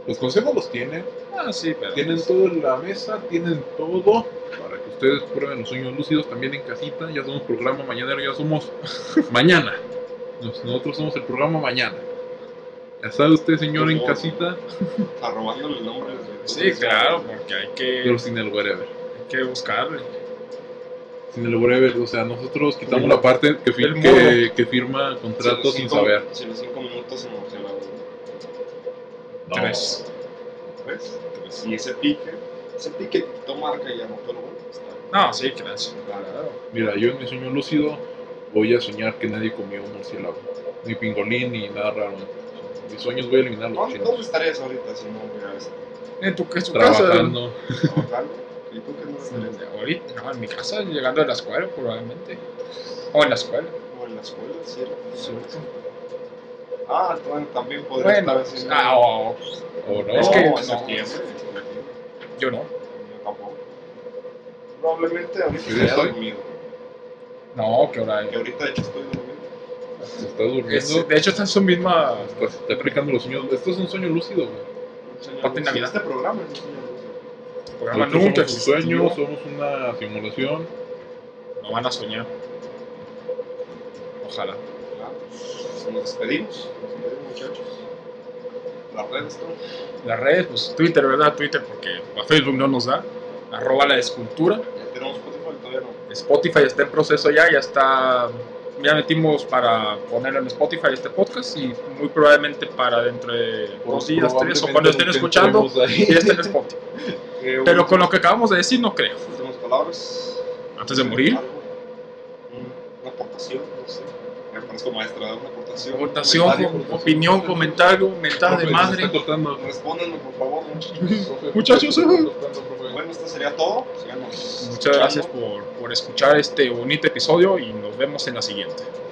Speaker 1: Los consejos los tienen.
Speaker 4: Ah, sí, pero.
Speaker 1: Tienen todo en la mesa, tienen todo para que ustedes prueben los sueños lúcidos también en casita. Ya somos programa mañanero, ya somos mañana. Nos- Nosotros somos el programa mañana. Ya sabe usted, señor, en casita,
Speaker 3: Arrobándole el nombre. desde-
Speaker 4: Sí, claro, porque hay que,
Speaker 1: pero sin el whatever.
Speaker 4: hay que buscarle.
Speaker 1: Sin el whatever, o sea, nosotros quitamos la parte que, fir-
Speaker 4: El morbo.
Speaker 1: que, que firma
Speaker 3: Si a los
Speaker 1: contrato sin
Speaker 3: cinco-
Speaker 1: saber.
Speaker 3: Si a los 5 minutos emocionados.
Speaker 1: No.
Speaker 4: Tres.
Speaker 3: ¿Ves? Y ese pique, ese pique quitó marca y anotó el gol. Está
Speaker 4: No, sí, gracias.
Speaker 3: Claro.
Speaker 1: Mira, yo en mi sueño lúcido voy a soñar que nadie comió un murciélago, ni pingolín, ni nada raro. Mis sueños voy a eliminar los
Speaker 3: ¿Dónde, dónde
Speaker 1: chinos.
Speaker 3: estarías ahorita si no hubieras
Speaker 4: En tu, en tu casa.
Speaker 1: Trabajando.
Speaker 3: trabajado? ¿Y tú qué no estarías?
Speaker 4: Ahorita, no, en mi casa, llegando de la escuela probablemente. O en la escuela.
Speaker 3: O en la escuela, ¿cierto? Ah, entonces también podrías
Speaker 4: Bueno,
Speaker 3: estar haciendo.
Speaker 4: ah, o-
Speaker 1: ¿O no?
Speaker 4: Es que-
Speaker 3: en
Speaker 4: no.
Speaker 3: septiembre.
Speaker 4: yo no.
Speaker 3: Yo tampoco. Probablemente ahorita
Speaker 1: Yo
Speaker 3: estaría
Speaker 1: estoy.
Speaker 3: dormido.
Speaker 4: No, qué hora
Speaker 3: Que
Speaker 4: es.
Speaker 3: ahorita de hecho estoy dormido.
Speaker 1: ¿Te estás durmiendo?
Speaker 4: Es- de hecho, está en su misma.
Speaker 1: Estás- está aplicando Pues, los sueños. Esto es un sueño lúcido, güey.
Speaker 3: Un señor
Speaker 4: Aparte en
Speaker 3: Lucio.
Speaker 4: Navidad.
Speaker 3: Este programa es un señor Lucio.
Speaker 4: Programa
Speaker 1: Nosotros
Speaker 4: Ah,
Speaker 1: somos
Speaker 4: nunca
Speaker 1: un
Speaker 4: existió.
Speaker 1: sueño, somos una simulación.
Speaker 4: No van a soñar. Ojalá.
Speaker 3: Claro. Pues Nos despedimos. Nos despedimos, muchachos. Las redes, todo.
Speaker 4: Las redes, pues Twitter, ¿verdad? Twitter, porque a Facebook no nos da. Arroba la escultura.
Speaker 3: Ya tenemos Spotify, todavía no.
Speaker 4: Spotify está en proceso ya, ya está. Ya metimos para ponerlo en Spotify este podcast y muy probablemente para dentro de
Speaker 1: Pues,
Speaker 4: dos días, tres, o cuando estén escuchando,
Speaker 1: Probablemente
Speaker 4: ya esté en Spotify.
Speaker 3: Eh,
Speaker 4: Pero
Speaker 3: un-
Speaker 4: con lo que acabamos de decir, no creo.
Speaker 3: últimas palabras.
Speaker 4: Antes de morir,
Speaker 3: Algo. Un- Una aportación, no sé. Me parezco maestra, una aportación. un
Speaker 4: votación,
Speaker 3: comentario.
Speaker 4: opinión, comentario, mentada de
Speaker 1: Profe, nos
Speaker 4: madre.
Speaker 1: está cortando.
Speaker 3: Respóndanme, por favor, muchachos.
Speaker 1: Profe,
Speaker 4: Muchachos, eh.
Speaker 1: nos está cortando, profe.
Speaker 3: Bueno, esto sería todo. Síganos.
Speaker 4: Muchas gracias por, por escuchar este bonito episodio y nos vemos en la siguiente.